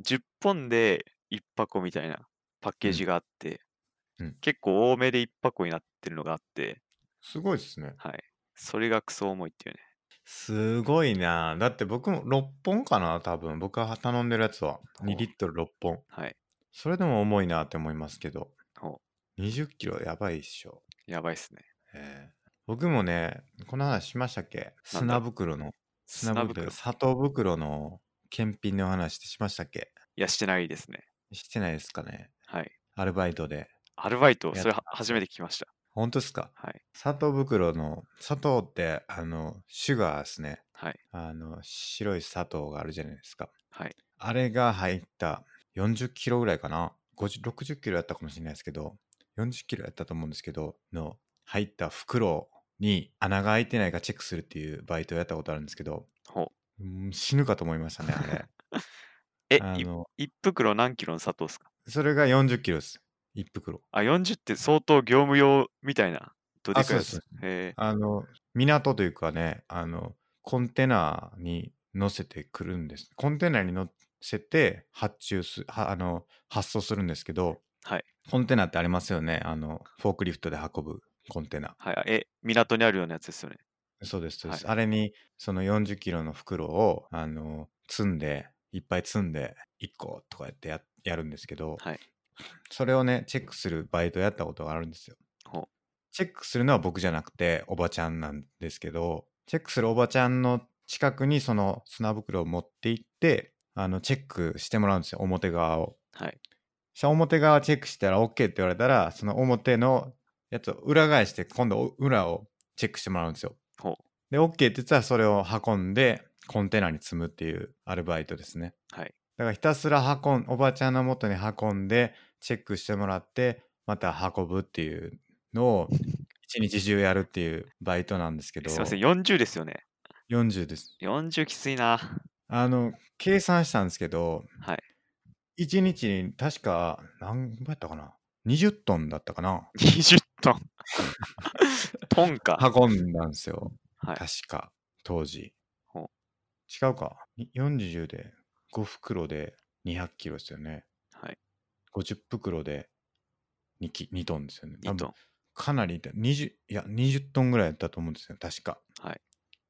10本で1箱みたいなパッケージがあって、
うん
結構多めで1箱になってるのがあって、
すごいですね。
はい。それがクソ重いっていうね。
すごいなあ。だって僕も6本かな、多分。僕が頼んでるやつは。
ほう
2リットル6本。
はい。
それでも重いなって思いますけど。
ほ
20キロやばいっしょ。
やばいっすね。
ええ僕もね、この話しましたっけ砂袋の、砂
砂
袋、
袋。い
砂糖袋の検品の話してしましたっけ
や、してないですね。
してないですかね。
はい。
アルバイトで。
アルバイト、
や
それは初めて聞きました。
本当ですか
はい。
砂糖袋の、砂糖って、あの、シュガーですね。
はい。
あの、白い砂糖があるじゃないですか。
はい。
あれが入った40キロぐらいかな。50 60キロやったかもしれないですけど、40キロやったと思うんですけど、の入った袋に穴が開いてないかチェックするっていうバイトをやったことあるんですけど、
ほう。
うん死ぬかと思いましたね、あれ。
*laughs* え、
あ
い
の、
一袋何キロの砂糖ですか
それが40キロです。1袋。
あ、40って相当業務用みたいな。どでかいや
そう
つ
で。
へえ
あの、港というかね、あの、コンテナに乗せてくるんです。コンテナに乗せて発注す、はあの、発送するんですけど、
はい
コンテナってありますよね。あの、フォークリフトで運ぶコンテナ。
はい。あえ、港にあるようなやつですよね。
そうです、そうです。
はい
あれに、その40キロの袋を、あの、積んで、いっぱい積んで、1個とかやってややるんですけど、
はい
それをね、チェックするバイトやったことがあるんですよ
ほう。
チェックするのは僕じゃなくて、おばちゃんなんですけど、チェックするおばちゃんの近くにその砂袋を持って行って、あの、チェックしてもらうんですよ、表側を。
はい。
そしたら表側チェックしたら OK って言われたら、その表のやつを裏返して、今度お裏をチェックしてもらうんですよ。
ほう。
で、OK って言ったらそれを運んで、コンテナに積むっていうアルバイトですね。
はい。
だからひたすら運ん、おばちゃんの元に運んで、チェックしてもらって、また運ぶっていうのを、一日中やるっていうバイトなんですけど、
すいません、40ですよね。
40です。
40きついな。
あの、計算したんですけど、
はい
一日に確か、何倍やったかな ?20 トンだったかな
20トン。トンか。
運んだんですよ。
はい
確か、当時。
ほ
違うか。に40で5袋で200キロですよね。
はい。
50袋で 2, キ2トンですよね。
2トン。
かなり痛い20いや20トンぐらいだったと思うんですよ確か
はい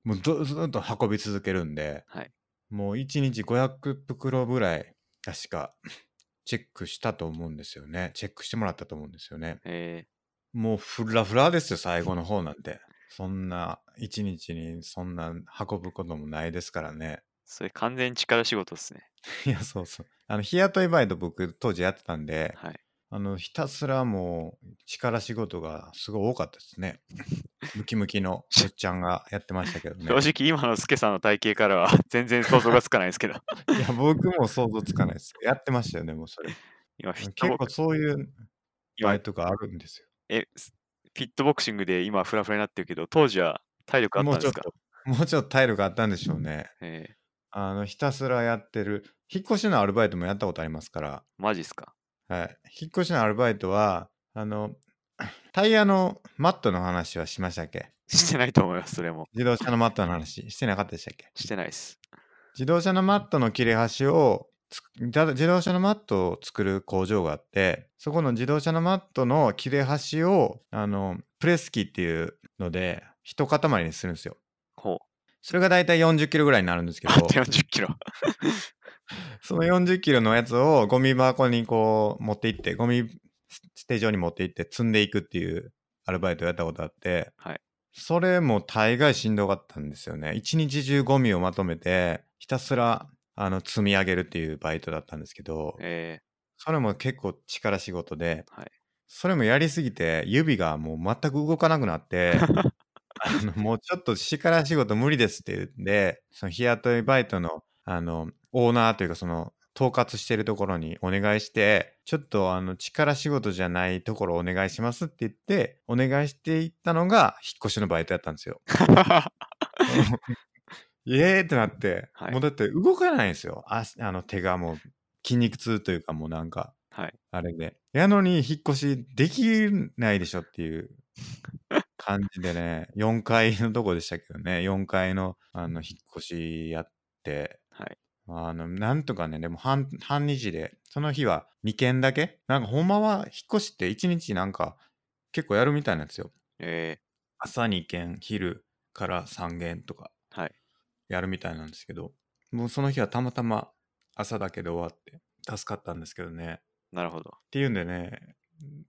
もうずずっと運び続けるんで、
はい
もう1日500袋ぐらい、確か、 *sniffs* チェックしたと思うんですよね。チェックしてもらったと思うんですよね。
え
もうフラフラですよ、最後の方なんて。そんな、1日にそんな運ぶこともないですからね。 *laughs*
それ完全に力仕事ですね。
いや、そうそう。あの、日雇いバイト僕当時やってたんで、
はい。
あの、ひたすらもう力仕事がすごい多かったですね。ムキムキのおっちゃんがやってましたけどね。
正直今のスケさんの体型からは *laughs* 全然想像がつかないです
*laughs*
けど、
いや、僕も想像つかないです。やってましたよね、もうそれ。
今フィット
結
ボ
構
ク
そういうバ
今
イトがあるんですよ。
えすフィットボクシングで今フラフラになってるけど、当時は体力あっ
もう
た
んち
で
ょっ
すか
と、もうちょっと体力あったんでしょうね。
ええ
あの、ひたすらやってる。引っ越しのアルバイトもやったことありますから。
マジっすか
はい。引っ越しのアルバイトは、あの、タイヤのマットの話はしましたっけ
してないと思います、それも。
自動車のマットの話してなかったでしたっけ
してないっす。
自動車のマットの切れ端をつだ自動車のマットを作る工場があってそこの自動車のマットの切れ端をあのプレス機っていうので一塊にするんですよ
ほ
それがだいたい4 0キロぐらいになるんですけ
う。
ど
あと40キロ。
その4 0キロのやつをゴミ箱にこう持って行ってゴミステージ上に持って行って積んでいくっていうアルバイトをやったことあって、
はい
それも大概しんどかったんですよね一日中ゴミをまとめてひたすらあの積み上げるっていうバイトだったんですけど
え
それも結構力仕事で、
はい
それもやりすぎて指がもう全く動かなくなって
*laughs*
あのもうちょっと力仕事無理ですって言うんでその日雇いバイトのあのオーナーというかその統括してるところにお願いしてちょっとあの力仕事じゃないところお願いしますって言ってお願いしていったのが引っ越しのバイトだったんですよ。
ー *laughs*
イエーってなって、
はい
もうだって動かないんですよああの手がもう筋肉痛というかもうなんか、
はい
あれでやのに引っ越しできないでしょっていう感じでね4階 *laughs* のとこでしたけどね4階のあの引っ越しやって、
はい
あのなんとかねでも半半日でその日は2件だけなんかほんまは引っ越しって1日なんか結構やるみたいなんですよ
え
朝2件昼から3件とか
はい
やるみたいなんですけど、もうその日はたまたま朝だけで終わって助かったんですけどね
ーなるほど。
っていうんでね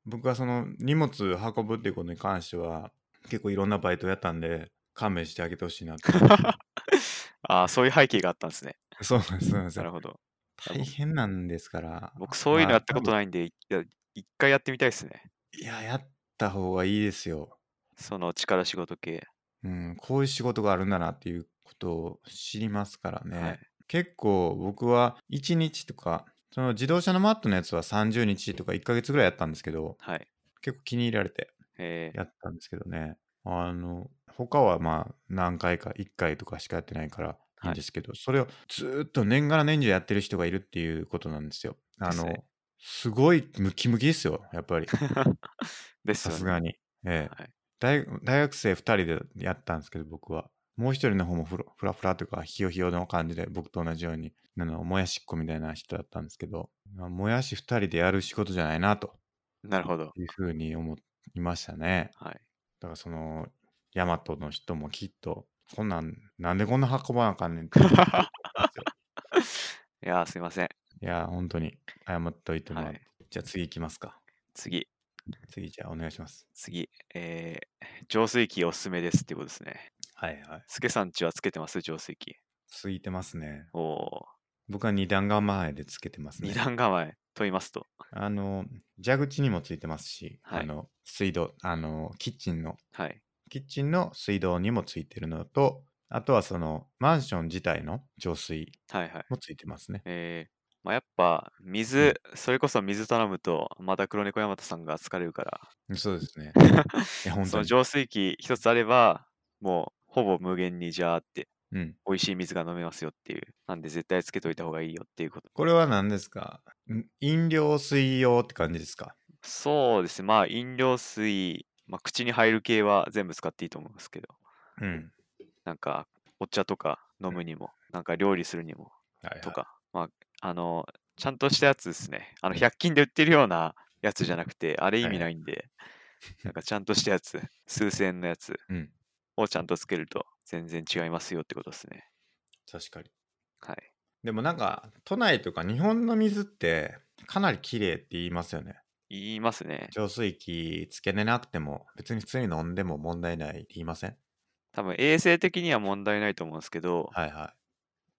僕はその荷物運ぶっていうことに関しては結構いろんなバイトやったんで勘弁してあげてほしいなって
*laughs* ああ、そういう背景があったんですね。
そうなんですそうなんです
なる
よ
ほど。
大変なんですから
僕、そういうのやったこと
い、
ないんで、いや一回やってみたいですね。
いややった方がいいですよ
その力仕事系。
うん、こういう仕事があるんだなっていうことを知りますからね、
はい
結構僕は1日とかその自動車のマットのやつは30日とか1ヶ月ぐらいやったんですけど
はい。
結構気に入られて
えー
やったんですけどねあの他はまあ何回か1回とかしかやってないからいいんですけど、それをずーっと年がら年中やってる人がいるっていうことなんですよあ
です
の
ね
すごいムキムキですよやっぱり
です
さ
よ
す
ね。
がに、ええ
はい
大大学生2人でやったんですけど僕はもう一人の方もフラフラフラというかひよひよの感じで僕と同じようにあのもやしっこみたいな人だったんですけどまあもやし2人でやる仕事じゃないなと
なるほど。
いうふうに思いましたね
はい。
だからそのヤマトの人もきっとこんなんなんでこんな運ばなあかんねんって思ってると思うんですよ
いやー、すいません。
いや本当に謝っといてもらって、
はい
じゃあ次行きますか
次、
次じゃあお願いします
次。えー、浄水器おすすめですっていうことですね。
はいはい
すけさんちはつけてます浄水器。
ついてますね
おお
僕は二段構えでつけてます
ー、
ね
二段構えと言いますと。
あの蛇口にもついてますし、
はい
あの水道あのキッチンの
はい。
キッチンの水道にもついてるのとあとはそのマンション自体の浄水
はいはい。
もついてますね
えー、まあ、やっぱ水、それこそ水頼むと、また黒猫山田さんが疲れるから、
そうですね *laughs* いや本
そ
当
の
に
浄水器一つあれば、もうほぼ無限にジャーって
うん、
美味しい水が飲めますよっていう。なんで絶対つけといた方がいいよっていうこと。
これは何ですかん飲料水用って感じですか
そうですね。まあ飲料水、まあ、口に入る系は全部使っていいと思うんですけど、
うん
なんかお茶とか飲むにも、なんか料理するにも
はいはい
とか、まああの、ちゃんとしたやつですね。あの、100均で売ってるようなやつじゃなくて、あれ意
はい
味
は
ないんで、なんかちゃんとしたやつ、数千円のやつ
うん
をちゃんとつけると全然違いますよってことですね。
確かに
はい。
でもなんか、都内とか日本の水ってかなり綺麗って言いますよね。
言いますね。
浄水器つけれなくても、別に普通に飲んでも問題ないって言いません
多分衛生的には問題ないと思うんですけど、
はいはい。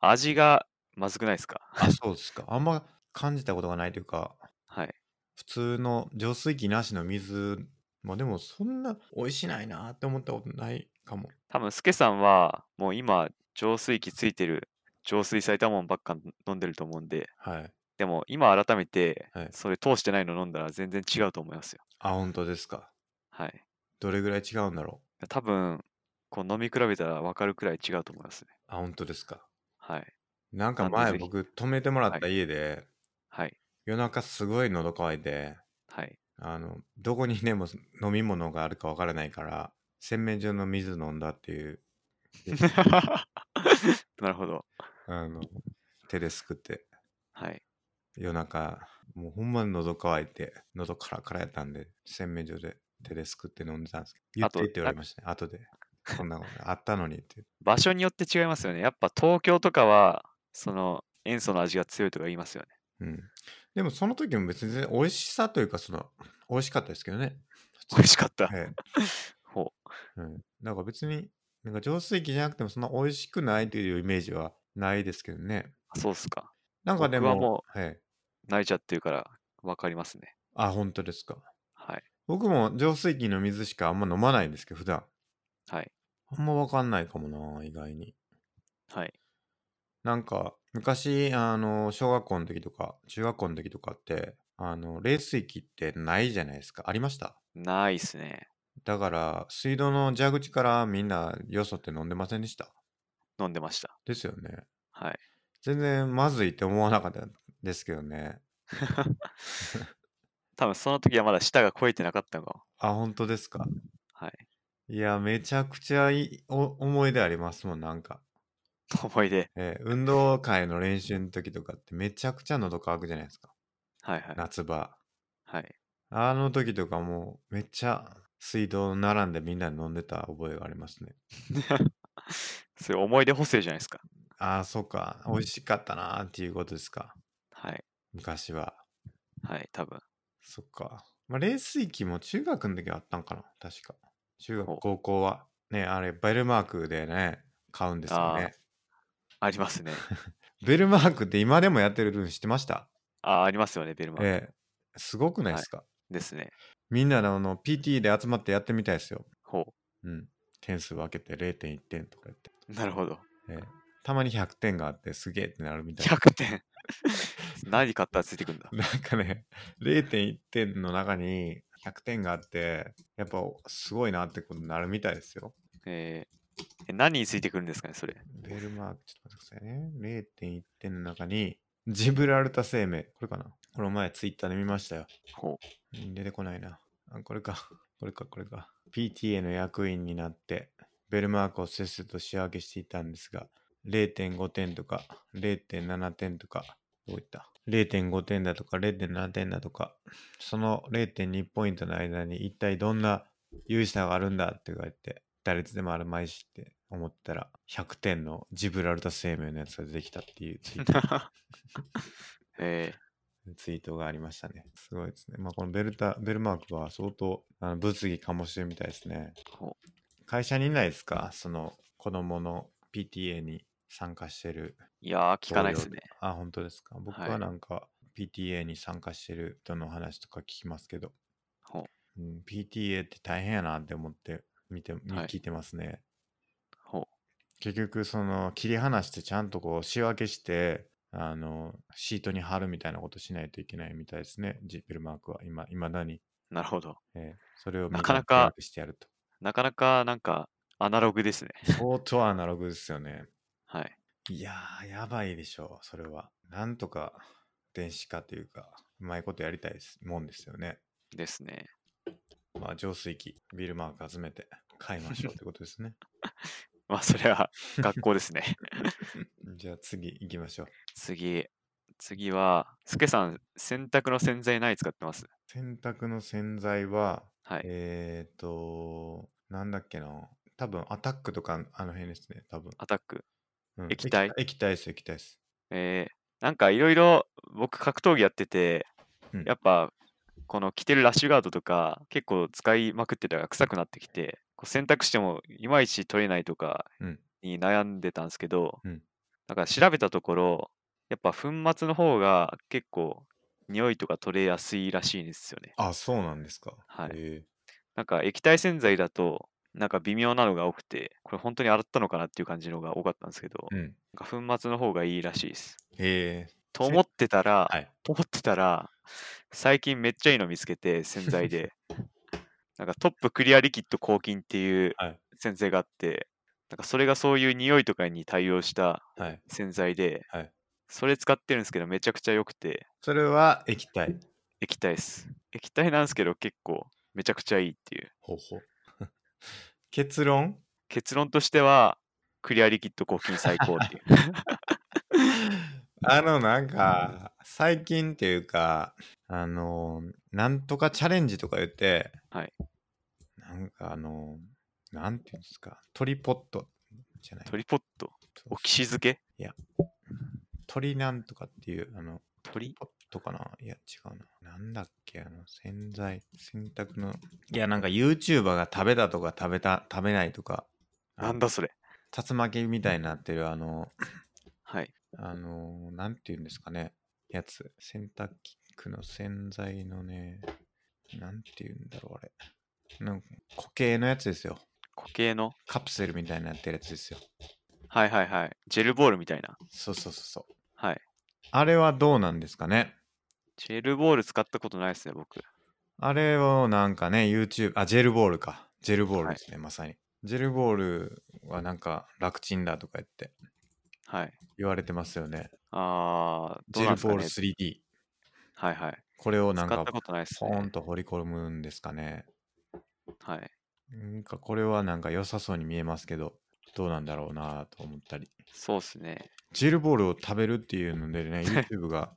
味がまずくないですか *laughs*
あ、そうですか。あんま感じたことがないというか、
はい。
普通の浄水器なしの水、まあでもそんな美味しないなって思ったことないかも。
多分、スケさんはもう今、浄水器ついてる、浄水されたもんばっか飲んでると思うんで、
はい。
でも今改めて、
はい。
それ通してないの飲んだら全然違うと思いますよ。
あ、本当ですか。
はい。
どれぐらい違うんだろう。
多分、こう飲み比べたら分かるくらい違うと思いますね。
あ、本当ですか。
はい。
なんか
なんで
前
ぜひ、
僕泊めてもらっ
はい。
た家で、
はい。
夜中すごい喉乾いて、
はい。 *laughs*
あの、どこにでも飲み物があるかわからないから、洗面所の水飲んだっていう経
*laughs*
験、
なるほど。
あの、手ですくって、
はい。
夜中、もうほんまに喉乾いて、喉カラカラやったんで、洗面所で手ですくって飲んでたんですけど、言っ
あ
てっ
と、
て言わ
な
れましたね、後で。そんなことあったのにって。
場所によって違いますよね。やっぱ東京とかは、その塩素の味が強いとか言いますよね。 *laughs*
うん。でもその時も別に全然美味しさというか、その、美味しかったですけどね、普
美
通
味しかった。
に。はい。
ほう。
うん。なんか別に、なんか浄水器じゃなくてもそんな美味しくないというイメージはないですけどね。
あそうっすか。
なんかで
僕は
も、
も
はい。
う慣れちゃってるから分かりますね。
あ、本当ですか。
はい。
僕も浄水器の水しかあんま飲まないんですけど、普段。
はい。
あんまわかんないかもな、意外に。
はい。
なんか、昔、あの、小学校の時とか、中学校の時とかって、あの、冷水器ってないじゃないですか。ありました
ないっすね。
だから、水道の蛇口からみんなよそって飲んでませんでした
飲んでました。
ですよね。
はい。
全然まずいって思わなかったんですけどね。
多分その時はまだ舌が肥えてなかったのかも。
あ、本当ですか。
はい。
いや、めちゃくちゃいいお思い出ありますもん、なんか。
*laughs* 思い出。
えー運動会の練習の時とかってめちゃくちゃ喉乾くじゃないですか。
はいはい。
夏場。
はい。 *laughs*
あの時とかもうめっちゃ水道並んでみんなで飲んでた覚えがありますね。
それ思い出補正じゃないですか。
ああ、そうか。美味しかったなーっていうことですか。
はい。
昔は。
はい、多分。
そっか。まあ、冷水器も中学の時はあったんかな。確か。中学、
ほう。
高校は。ね、あれ、ベルマークでね、買うんですよ
あ
ね。
あ、あ
*laughs*
りますね。
ベルマークって今でもやってるの知ってました
ああ、ありますよね、ベルマーク。
ええ。すごくないで
はい。
すか
ですね。
みんなであの PT で集まってやってみたいですよ。
ほ
うん。点数分けて0.1点とかやって。
う。なるほど。
ええたまに100点があってすげえってなるみたい
100点。 *laughs* 何買ったらついてくん
*laughs*
だ。
な。なんかね、0.1点の中に100点があって、やっぱすごいなってことになるみたいですよ。
えー、え何についてくるんですかね、それ。
ベルマーク、ちょっと待ってくださいね。0.1点の中に、ジブラルタ生命。これかなこの前ツイッターで見ましたよ。
ほう。 *laughs*
うん出てこないな。あ、これか。 *laughs* これか、これか。PTA の役員になって、ベルマークをせっせと仕分けしていたんですが、0.5点とか、0.7点とか、どういった0.5点だとか、0.7点だとか、その0.2ポイントの間に一体どんな優位差があるんだって言われて、誰つでもあるまいしって思ったら、100点のジブラルタ生命のやつが出てきたっていうツイート。
え
ツイートがありましたね。すごいですね。まあ、このベルタ、ベルマークは相当、あの、物議醸してるみたいですね。
ー、ほう。
会社にいないですかその、子供の PTA に参加してる
いやー、聞か
同
ないで
僚
す
と
ね。
か。あ、本当ですか。僕
は。
はいなんか、PTA に参加してる人の話とか聞きますけど、
ほう。
うん、PTA って大変やなって思って、見て、み
はい。
聞いてますね。
ほ
結局、その、切り離してちゃんとこう、仕分けして、あの、シートに貼るみたいなことしないといけないみたいですね。ジベルマークは今、いまだに。
う。なるほど。
えーそれを
な
みん
か
な
な
で手分
か、
けしてやると。
なかなか、なんか、アナログですね。
相当アナログですよね。
はい。
いやー、やばいでしょう、それは。なんとか電子化というか、うまいことやりたいですもんですよね。
ですね。 *laughs*
まあ、浄水器、ビルマーク集めて買いましょうってことです
*laughs*
ね。
まあ、それは学校ですね。 *laughs*
じゃあ次行きましょう。
次。次は、すけさん、洗濯の洗剤何使ってます
洗濯の洗剤は、
はい。
えーと、なんだっけな。多分アタックとかあの辺ですね、多分。
アタック。
うん
液体
液体です、液体です。
えーなんかいろいろ僕格闘技やってて、
うん
やっぱこの着てるラッシュガードとか結構使いまくってたら臭くなってきて、こう洗濯してもいまいち取れないとか
うん
に悩んでたんですけど、
うん
だから調べたところ、やっぱ粉末の方が結構匂いとか取れやすいらしいんですよね。
あ、そうなんですか。
はい
へえ
なんか液体洗剤だとなんか微妙なのが多くて、これ本当に洗ったのかなっていう感じのが多かったんですけど、
うん。
なんか粉末の方がいいらしいです。
へえ
と
せ
思ってたら、
はい。
と思ってたら、最近めっちゃいいの見つけて、洗剤
*laughs*
で。なんかトップクリアリキッド抗菌っていう
はい
洗剤があって、なんかそれがそういう匂いとかに対応した
はい。
洗剤で、
はい
それ使ってるんですけど、めちゃくちゃ良くて、
それは液体。
液体です。液体なんですけど、結構めちゃくちゃいいっていう。
ほうほう。結
*laughs*
論
結論としては、クリアリキッド抗菌最高
*laughs*
っていう。
あのなんか最近っていうかあのなんとかチャレンジとか言って、
はい
なんかあのなんていうんですかトリポットじゃない
鳥ポット、オキシ漬け
鳥なんとかっていうあの
鳥
ポットかないや違うななんだっけあの洗剤洗濯のいやなんか YouTuber が食べたとか食べた食べないとかあの
なんだそれ。
竜巻みたいになってるあの
はい。
あのー、なんて言うんですかね、やつ。洗濯機の洗剤のね、なんて言うんだろう、あれ。なんか固形のやつですよ。
固形の、
カプセルみたいになってるやつですよ。
はいはいはい。ジェルボールみたいな。
そうそうそうそう。
はい。
あれはどうなんですかね
ジェルボール使ったことないですね、僕。
あれをなんかね、YouTube、あ、ジェルボールか。ジェルボールですね、まさに。ジェルボールはなんか楽ちんだとか言って
はい。
言われてますよね。
あー、ど
ジ
う
ェ
なん
ル
です
ボ
か
ール
ね。
3D。
はいはい。
これをなん
使
か
ったことないです
ポーン
ね。
と掘り込むんですかね。
はい。
なんかこれはなんか良さそうに見えますけど、どうなんだろうなと思ったり。
そうですね。
ジェルボールを食べるっていうのでね、YouTube
*laughs*
が。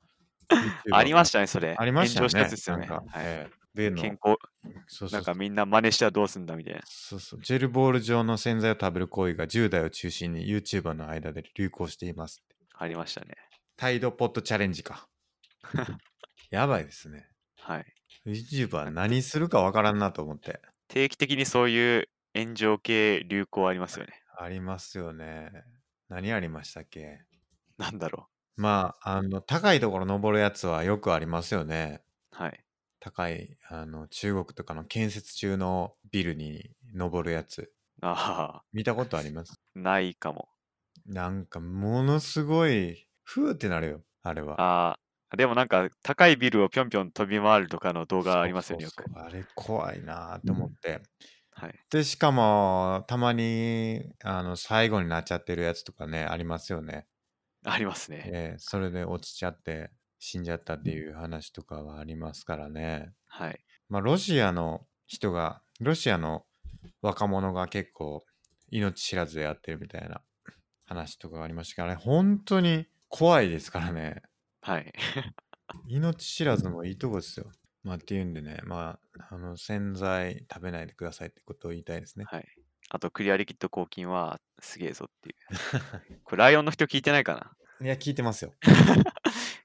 YouTube が
ありましたね、それ。
ありましたよ
炎上した
ね。
やつですよね。
なんか、
はい。
ええ例の
健康、
そうそ
な
うんそ
か
う
みんな真似したらどうすんだみたいな。
そうそうジェルボール状の洗剤を食べる行為が10代を中心に YouTuber の間で流行していますって。
ありましたね。
タイドポットチャレンジ
*laughs*
か。やばいですね。
はい。
YouTuber 何するかわからんなと思って。
定期的にそういう炎上系流行ありますよね。
ありますよね。何ありましたっけ
なんだろ
まあ、あの、高いところ登るやつはよくありますよね。
う。はい。
高い、あの、中国とかの建設中のビルに登るやつ。
あ
見たことあります
ー、ないかも。
なんか、ものすごい、ふーってなるよ、あれは。
あー、でもなんか高いビルをぴょんぴょん飛び回るとかの
そ
動画
う
ありますよね、よ
そう
く。
そうあれ、怖いなーって思って。
はい。 *laughs*
で、しかも、たまに、あの、最後になっちゃってるやつとかね、ありますよね。
ありますね。
ええそれで落ちちゃって、死んじゃったっていう話とかはありますからね。
はい。
まあ、ロシアの人が、ロシアの若者が結構命知らずでやってるみたいな話とかがありましたけど、あれ本当に怖いですからね。
はい。 *laughs*
命知らずもいいとこですよ。まあっていうんでね、まあ、あの、洗剤食べないでくださいってことを言いたいですね。
はい。あと、クリアリキッド抗菌はすげえぞっ
*laughs*
ていう。これ、ライオンの人聞いてないかない
や、聞いてますよ。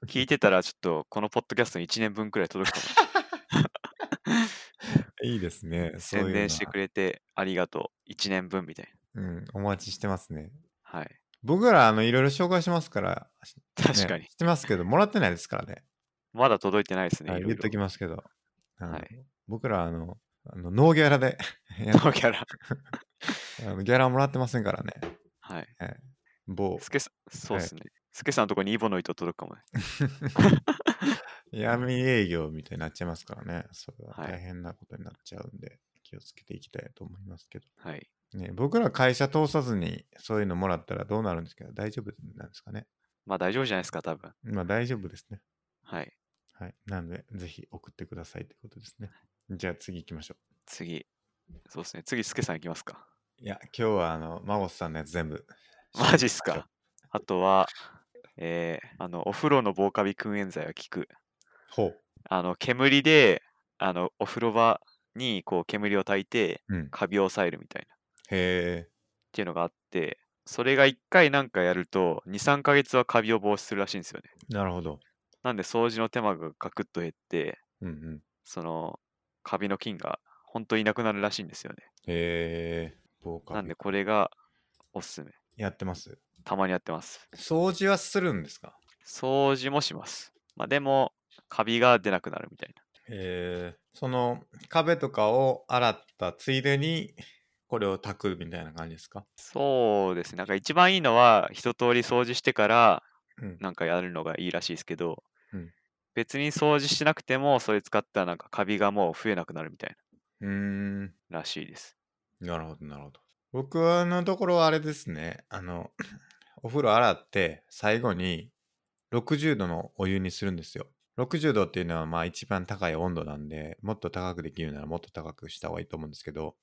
聞いてたら、ちょっと、このポッドキャストに1年分くらい届くか
いいですね。*laughs*
も。
そういう
宣
の
伝してくれてありがとう。1年分みたい
うん、お待ちしてますね。
な。はい。 *laughs*
僕ら、あの、いろいろ紹介しますから、ね
確かに。
してますけど、もらってないですからね。
まだ届いてないですね。
はいい、
ろい
言っ
ろ
ときますけど、あの
はい
僕らあのあのノーギャラでや
ノーギャラ。
あのギャラもらってませんからね
はい。 *laughs*
某
スケさん、そうで
はい
すね。スケさんのとこにイボの糸届くかもね。
闇営業みたいになっちゃいますからねそれは
はい
大変なことになっちゃうんで気をつけていきたいと思いますけど、
はい。
ね、僕ら会社通さずにそういうのもらったらどうなるんですか大丈夫なんですかね
まあ大丈夫じゃないですか、多分。
まあ大丈夫ですね
はい。
はいなのでぜひ送ってくださいってことですねじゃあ次行きましょ
次。そうですね。次、スケさんいきますか。
ういや今日はあの孫さんのやつ全部
マジっすか。あとは、えー、あの、お風呂の防カビ燻煙剤は効く。
ほう
あの煙であのお風呂場にこう煙を焚いて
うん
カビを抑えるみたいなっ
へえ
ていうのがあってそれが1回なんかやると、2、3ヶ月はカビを防止するらしいんですよね。
なるほど。
なんで掃除の手間がガクッと減って、
うんうん。
そのカビの菌が本当いなくなるらしいんですよね。
へえ。防カ
なん
ビ
でこれがおすすめ。
やってます。
たまにやってます。
掃除はするんですか
掃除もします。まあでも、カビが出なくなるみたいな。
えー、その壁とかを洗ったついでにこれを炊くみたいな感じですか
そうですね。なんか一番いいのは、一通り掃除してから
うん
なんかやるのがいいらしいですけど、
うん
別に掃除しなくても、それ使ったらなんかカビがもう増えなくなるみたいう
ーん
ならしいです。
なるほどなるほど僕のところはあれですねあのお風呂洗って最後に60度のお湯にするんですよ60度っていうのはまあ一番高い温度なんでもっと高くできるならもっと高くした方がいいと思うんですけど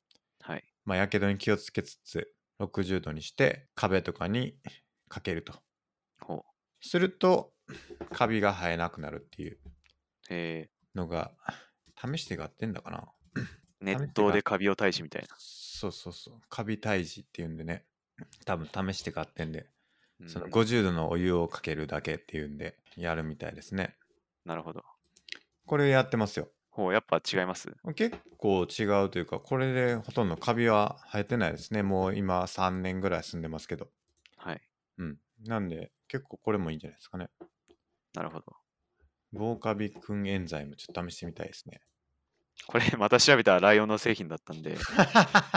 はい。
まあやけどに気をつけつつ60度にして壁とかにかけると
ほう。
するとカビが生えなくなるっていう
え
のが試してやってんだかな
ー、熱
試して
湯
か
でカビを退治みたい
そうそうそうカビ退治っていうんでね多分試して買ってんで、
な。
その
うん
50度のお湯をかけるだけっていうんでやるみたいですね
なるほど。
これやってますよ
ほう、やっぱ違います。
結構違うというかこれでほとんどカビは生えてないですねもう今3年ぐらい住んでますけど
はい。
うんなんで結構これもいいんじゃないですかね
なるほど。
防カビくんエンザイムちょっと試してみたいです *laughs* ね
これ *laughs* また調べたらライオンの製品だったんで、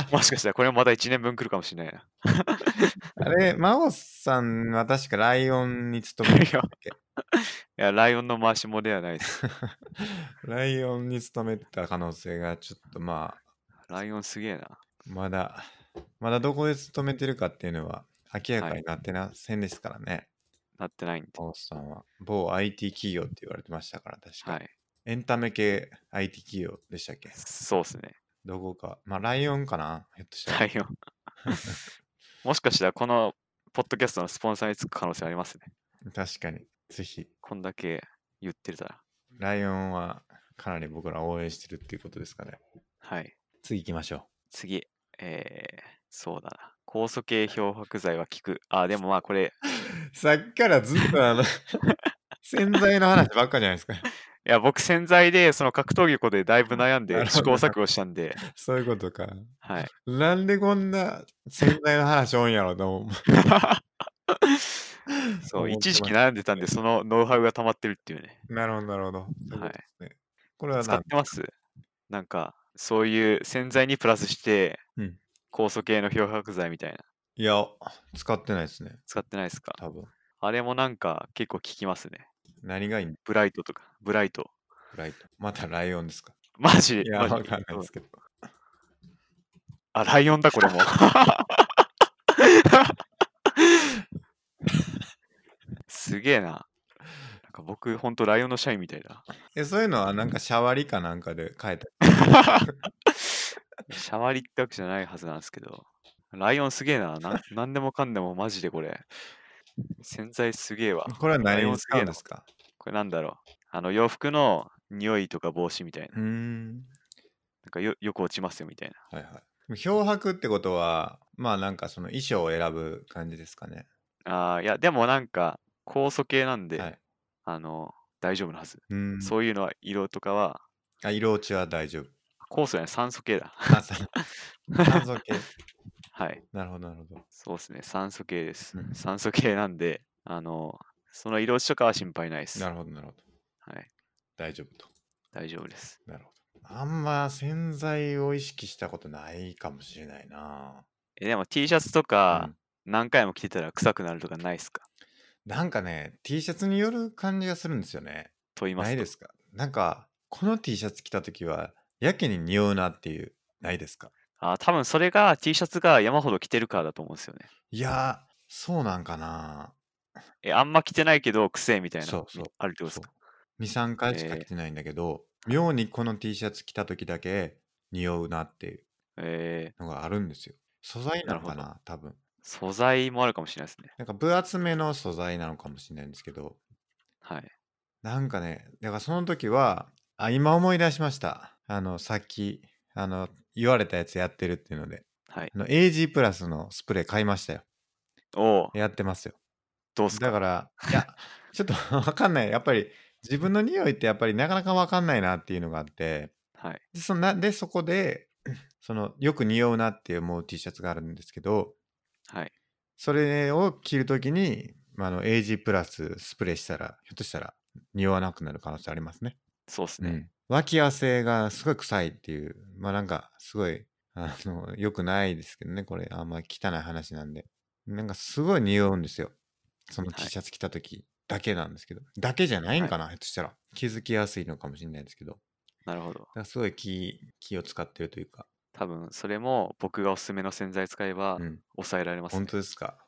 もしかしたらこれもまた1年分来るかもしれないな。
あれ真央さんは確かライ *laughs* オンに勤めてたっけ
*laughs* いや、ライオンの回しもではないです。
*laughs* ライオンに勤めてた可能性がちょっとまあ
ライオンすげえな。
まだまだどこで勤めてるかっていうのは明らか
はい
になってませんですからね、
なってないんで。
真央さんは某 IT 企業って言われてましたから確か、
はい。
エンタメ系 IT 企業でしたっけ
そうっすね。
どこかまあライオンかなひょっとしたら、
ライオン。
*laughs*
もしかしたらこのポッドキャストのスポンサーにつく可能性ありますね。
確かにぜひ
こんだけ言ってたら。
ライオンはかなり僕ら応援してるっていうことですかね
はい。
次行きましょ
次。えー、そうだな。酵素系漂白剤は効く。あ、でもまあこれ、
うさっきからずっとあ *laughs* の洗剤の話ばっかじゃないですか
いや、僕洗剤でその格闘技ことでだいぶ悩ん
な
で
るほ
試
ど
行錯誤したんで、
そういうことか *laughs*
はい。
なんでこんな洗剤の話多いんやろと思う
そ
思っ
う、
て
一時
ま
期
し
悩んでたんで、そのノウハウが溜まってるっていうね。
なるほど、なるほど。そういうことですねこれは
使っ
な、
てますなんか、そういう洗剤にプラスして
うん、
酵素系の漂白剤みたいな、
いや、使ってないですね、
使ってないですか
多分。
あれもなんか結構効きますね。
何がいいん
ブライトとか、ブライト。 *laughs*
ライト。またライオンですか
マジ
い
で。
や、
マジ
わ
で
かんない
うん
ですけど。
あ、ライオンだ、こ
*laughs*
れも。すげえな。なんか僕、ほんとライオンの社員みたいだ。
え、そういうのはなんかシャワリかなんかで変えた。
シャワリってわけじゃないはずなんですけど。ライオンすげえな。ななんでもかんでもマジでこれ。洗剤すげえわ。
これは
ライ
何
オ
を
ンす
使
げ
う
え
ん
な
で。すか
これなんだろう。あの洋服の匂いとか帽子みたい
うー
な。
ん。
なんかよよく落ちますよみたいな。
はいはい。漂白ってことは、まあなんかその衣装を選ぶ感じですかね。
ああ、いや、でもなんか酵素系なんで、
はい
あの、大丈夫なはず。
うーん。
そういうのは色とかは、
あ色落ちは大
*laughs*
丈夫。
酵素じゃない、酸素系だ。
あ、そう酸素系。
*laughs* はい。
なるほど、なるほど。
そうですね。酸素系です
う。ん
酸素系なんで、あの、その色落ちとかは心配ないです。
な
は
るほど、なるほど。
い。
大丈夫と。
大丈夫です。
なるほど。あんま洗剤を意識したことないかもしれないな。
え、でも T シャツとか
うん、
何回も着てたら臭くなるとかないですか
なんかね、T シャツによる感じがするんですよね。
と言います
な
と。
いですかなんか、この T シャツ着たときは、やけに匂うなっていう、ないですか
あー多分それが T シャツが山ほど着てるからだと思うんですよね。
いやー、そうなんかな。
え、あんま着てないけど、くせえみたいな、
そうそう
みあるってことです
そう
か
2、3回しか着てないんだけど、妙にこの T シャツ着たときだけ、匂うなっていう
え
のがあるんですよ。素材なのか
なる
な、多分。
ー、素材もあるかもしれないですね。
なんか分厚めの素材なのかもしれないんですけど、
はい。
なんかね、だからその時は、あ、今思い出しました。あの、さっき、あの、言われたやつやってるっていうので、
はい。
あの、AG プラスのスプレー買いましたよ。
おう
やってますよ。
どうっすか
だから、いや、ちょっと *laughs* わかんない。やっぱり自分の匂いってやっぱりなかなかわかんないなっていうのがあって、
はい。
でそんなでそこで *clears throat* そのよく匂うなって思う T シャツがあるんですけど
はい。
それを着るときに、まあ、あの AG プラススプレーしたらひょっとしたら匂わなくなる可能性ありますね。
そうっす
う
ね。
ん、脇汗がすごい臭いっていうまあなんかすごいあの良くないですけどねこれあんま汚い話なんでなんかすごい匂うんですよその
はい
T シャツ着た時だけなんですけど、だけじゃないんかな、ひょっとしたら気づきやすいのかもしれないですけどだ
なるほど。
からすごい気気を使ってるというか、
多分それも僕がおすすめの洗剤使えば
うん、
抑えられます、ね
本当ですか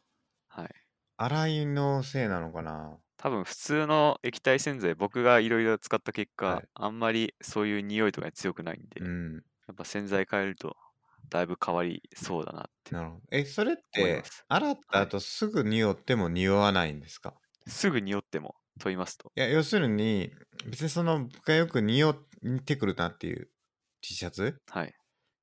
はい。
洗いのせいなのかな
多分普通の液体洗剤、僕がいろいろ使った結果、
はい
あんまりそういう匂いとかに強くないんで、
う
や
ん
っぱ洗剤変えるとだいぶ変わりそうだなって。
なるほどえそれっ
思い
て
ます
洗った後すぐ匂っても匂わないんですか、
すぐ匂っても、と言いますと。
いや、要するに、別にその、僕がよく匂ってくるなっていう T シャツ、
はい。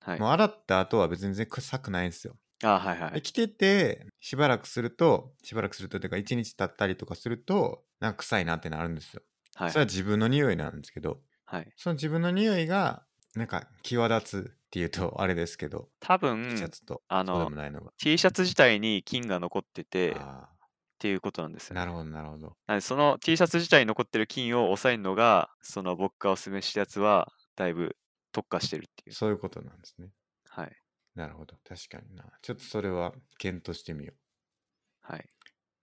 はい。
もう洗った後は別に全然臭くないんですよ。
あはいは
で
い。
着てて、しばらくすると、しばらくするとというか、1日経ったりとかすると、なんか臭いなってなるんですよ。
は。
それはい自分の匂いなんですけど、
はい、
その自分の匂いが、なんか際立つっていうと、あれですけど、
多
T シャ
分、
ツと、
あ
そうで
の
も、ないのが。
T シャツ自体に菌が残ってて、っ
あ
ていうことなんです
あ、
よね。
なるほど、なるほど。
なんでその T シャツ自体に残ってる菌を抑えるのが、その僕がおすすめしたやつは、だいぶ特化してるっていう。
そういうことなんですね。
はい。
なるほど。確かにな。ちょっとそれは検討してみよう。
はい。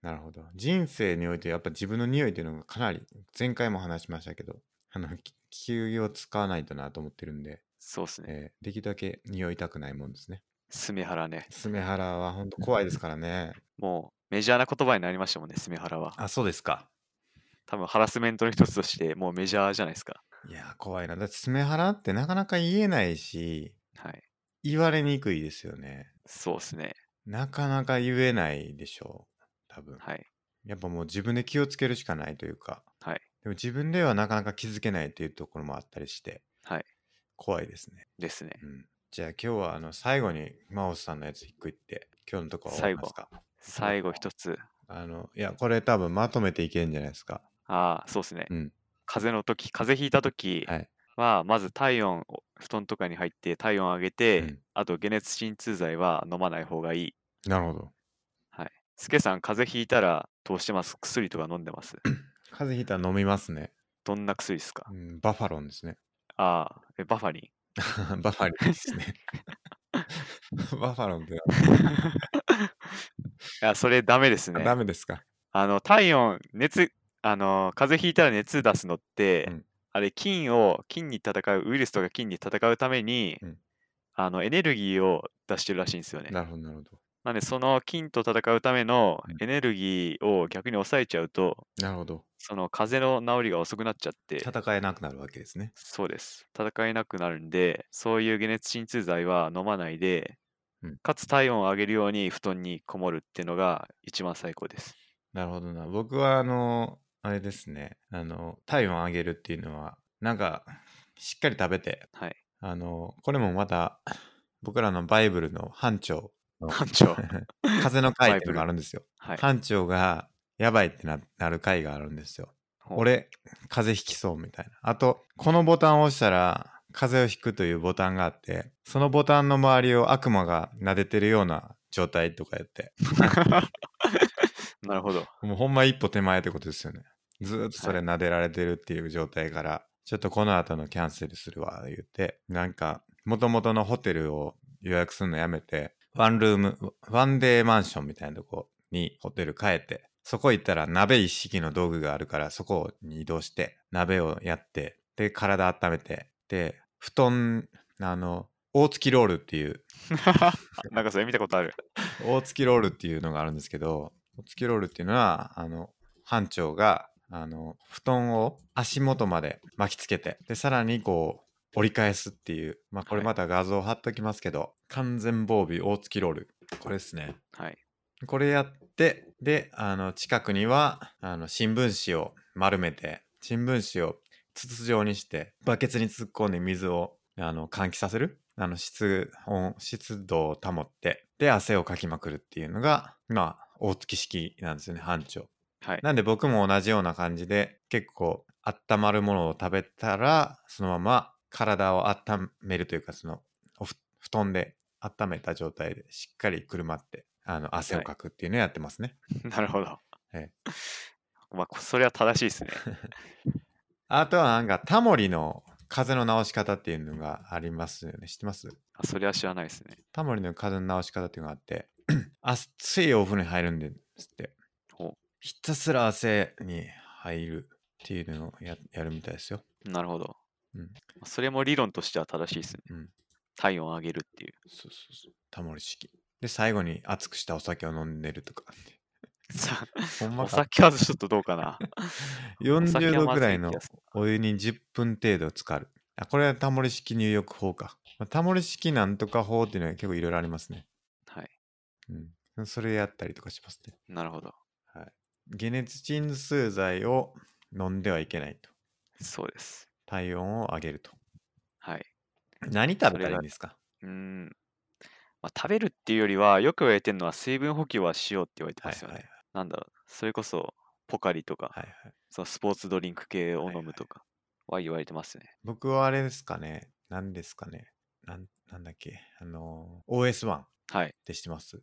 なるほど。人生においてやっぱ自分の匂いというのがかなり前回も話しましたけどあのき給油を使わないとなと思ってるんで、
そうですね。
えーできるだけ匂いたくないもんです *laughs* ね。
スメハラね。
スメハラは本当怖いですからね。
もうメジャーな言葉になりましたもんね、スメハラは。
あそうですか。
多分ハラスメントの一つとして、もうメジャーじゃないですか。
いやー怖いな。だってスメハラってなかなか言えないし
はい。
言われにくいですよね。
そうですね。
なかなか言えないでしょう。多分。
はい。
やっぱもう自分で気をつけるしかないというか。
はい。
でも自分ではなかなか気づけないっていうところもあったりして
はい。
怖いですね。
ですね。
うんじゃあ今日はあの最後に真央さんのやつ一個言って今日のとこは終わりますか
最後一つ。
あのいやこれ多分まとめていけるんじゃないですか
ああ、そうですね。
うん
風邪の時、風邪ひいた時
はい
は、まず体温を、布団とかに入って体温上げて、
うん
あと解熱鎮痛剤は飲まない方がいい。
なるほど
はい。スケさん、風邪ひいたらどうしてます薬とか飲んでます
風邪ひいたら飲みますね、
どんな薬ですか
うん、バファロンですね *laughs*
ああ、えバファリン。
バファリンです
*laughs*
ねバファロンってなんだ
いや、それダメですね。
ダメですか
あの体温、熱、あの風邪ひいたら熱出すのって、
うん
あれ菌を菌に戦うウイルスとか菌に戦うために、
うん
あのエネルギーを出してるらしいんですよね。
なるほどなるほど
なんでその菌と戦うための
うん
エネルギーを逆に抑えちゃうと、
なるほど
その風邪の治りが遅くなっちゃって、
戦えなくなるわけですね
そうです。戦えなくなるんで、そういう解熱鎮痛剤は飲まないで、
うん
かつ体温を上げるように布団にこもるっていうのが一番最高です。
なるほどな僕はあのあれですねあの体温上げるっていうのはなんかしっかり食べて
はい。
あの、これもまた、僕らのバイブルの班長の、*laughs*
班長。
風の会っていうのがあるんですよ。
はい。
班長が、やばいってななる会があるんですよ。
ほう
俺、風邪ひきそうみたいな。あと、このボタンを押したら、風邪をひくというボタンがあって、そのボタンの周りを悪魔が撫でてるような状態とかやって、
なる
*laughs*
ほど。
もうほんま一歩手前ってことですよね。ずーっとそれ撫でられてるっていう状態から、ちょっとこの後のキャンセルするわ、言って、なんか、元々のホテルを予約するのやめて、ワンルーム、ワンデーマンションみたいなとこにホテル変えて、そこ行ったら鍋一式の道具があるから、そこに移動して、鍋をやって、で、体温めて、で、布団、あの、大月ロールっていう、
なんかそれ見たことある。
大月ロールっていうのがあるんですけど大月ロールっていうのはあの班長があの布団を足元まで巻きつけてでさらにこう折り返すっていう、まあ、これ
はい
また画像貼っときますけど、完全防備大月ロールこれですね
はい。
これやってであの近くにはあの新聞紙を丸めて新聞紙を筒状にしてバケツに突っ込んで水をあの換気させるあの湿温湿度を保ってで汗をかきまくるっていうのがまあ大月式なんですよね、班長。
はい。
なんで僕も同じような感じで、結構温まるものを食べたら、そのまま体を温めるというか、そのおふ布団で温めた状態でしっかりくるまって、あの汗をかくっていうのをやってますね。
*laughs* なるほど。
え
*laughs* まあ、こそれは正しいですね。
あとはなんかタモリの風邪の治し方っていうのがありますよね。知ってます
あそれは知らないですね。
タモリの風の治し方っていうのがあって、 *clears throat* 熱いお風呂に入るんですって
ほ。
ひたすら汗に入るっていうのをややるみたいですよ。
なるほど。
うん
まあそれも理論としては正しいですね。
うん
体温を上げるっていう。
そうそうそう。タモリ式。で、最後に熱くしたお酒を飲んでると
*laughs*
か。
さ
ほんま
お
か。
酒はちょっとどうか
*laughs*
な。お酒は
40度
まず
ぐらいの
気がする
お湯に10分程度浸かる。あ、これはタモリ式入浴法か。まあ、タモリ式なんとか法っていうのは結構いろいろありますね。
はい。
うん。それやったりとかしますね。
なるほど。
解熱鎮痛剤を飲んではいけないと。
そうです。
体温を上げると。
はい。
何食べたらいいんですか
うーん。まあ、食べるっていうよりは、よく言われてるのは水分補給はしようって言われて
は
ま
い
すよ
はい
ね。
はい
なんだろう。それこそ、ポカリとか、
はいはい。
そのスポーツドリンク系を
はい
飲むとかは言われてますね。
僕はあれですかね。何ですかね。なんなんだっけ。あのー、OS1 っ
はい。
てしてます。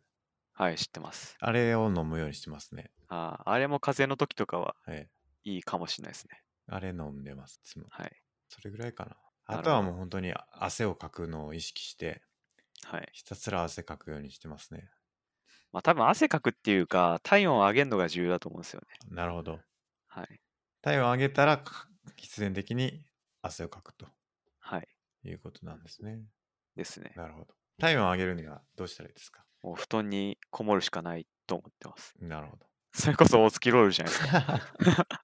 はい、知ってます。
あれを飲むようにしてますね。
あーあれも風邪の時とかは
はい。
いいかもしれないですね。
あれ飲んでます。いつも。
はい。
それぐらいかな。
なるほど
あとはもう本当にあ汗をかくのを意識して、
はい。
ひたすら汗かくようにしてますね。
まあ多分汗かくっていうか、体温を上げるのが重要だと思うんですよね。
なるほど。
はい。
体温を上げたら、か必然的に汗をかくと
はい。
いうことなんですね。
ですね。
なるほど。体温を上げるにはどうしたらいいですか
もう布団にこもるしかないと思ってます。 *laughs*
なるほど。
それこそ大月ロールじゃないですか。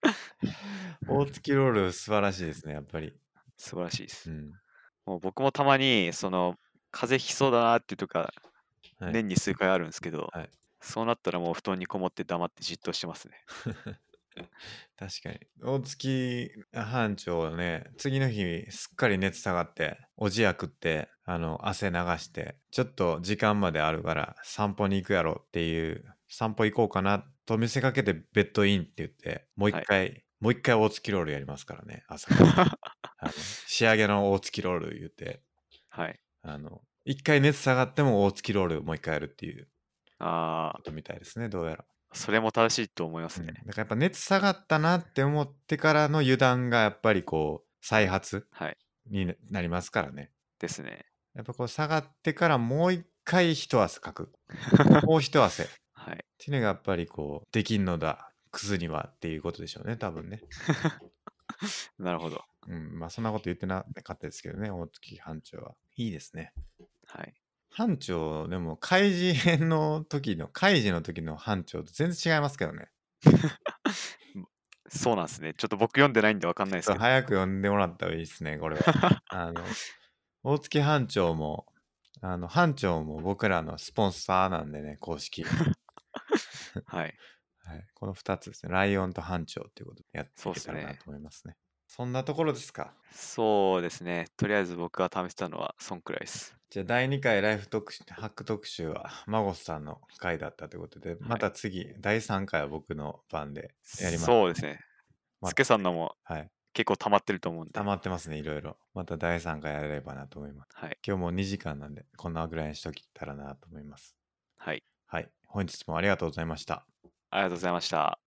大月ロール素晴らしいですね、やっぱり。
素晴らしいで
う
す。
ん。
もう僕もたまに、その、風邪ひきそうだなっていうとか、
はい
年に数回あるんですけど、
はい
そうなったらもう布団にこもって黙ってじっとしてますね。
確かに。大月班長はね、次の日、すっかり熱下がって、おじや食って、あの、汗流して、ちょっと時間まであるから散歩に行くやろっていう、散歩行こうかなと見せかけてベッドインって言って、もう一回、もう一回大月ロールやりますからね、朝からあの仕上げの大月ロール言って、
はい。
あの、一回熱下がっても大月ロールもう一回やるっていう
あ
ことみたいですね、どうやら。
あ、それも正しいと思います
うん
ね
だ。からやっぱ熱下がったなって思ってからの油断がやっぱりこう再発
はい
にななりますからね。
ですね。 *laughs*
やっぱこう下がってからもう一回一汗かく。もう一汗。っ
はい。
ていうのがやっぱりこうできんのだ、クズにはっていうことでしょうね、多分ね。
なるほど。
うん、まあそんなこと言ってなかったですけどね、大月班長は。いいですね。
はい。
班長、でも、開示編の時の、開示の時の班長と全然違いますけどね。
そうなんですね。ちょっと僕読んでないんでわかんないですけど。
早く呼んでもらった方がいいですね、これは。 *laughs* あの、大月班長も、あの、班長も僕らのスポンサーなんでね、公 *laughs* 式。
はい。
はい、この2つですね、ライオンと班長っていうことでやってい
そ
う
っ
け
す
た
ね
らなと思いますね。そんなところですか。
そうですね。とりあえず僕が試したのはそんくらいです。
じゃあ、第2回ライフ特集、ハック特集は、マゴスさんの回だったということで、また次、第3回は僕の番でやります。
そうですね。
ま
スケさんのも
はい。
結構溜まってると思うんで。
溜まってますね、いろいろ。また第3回やれればなと思います。
はい。
今日も2時間なんで、こんなぐらいにしときたらなと思います。
はい。
はい。本日もありがとうございました。
ありがとうございました。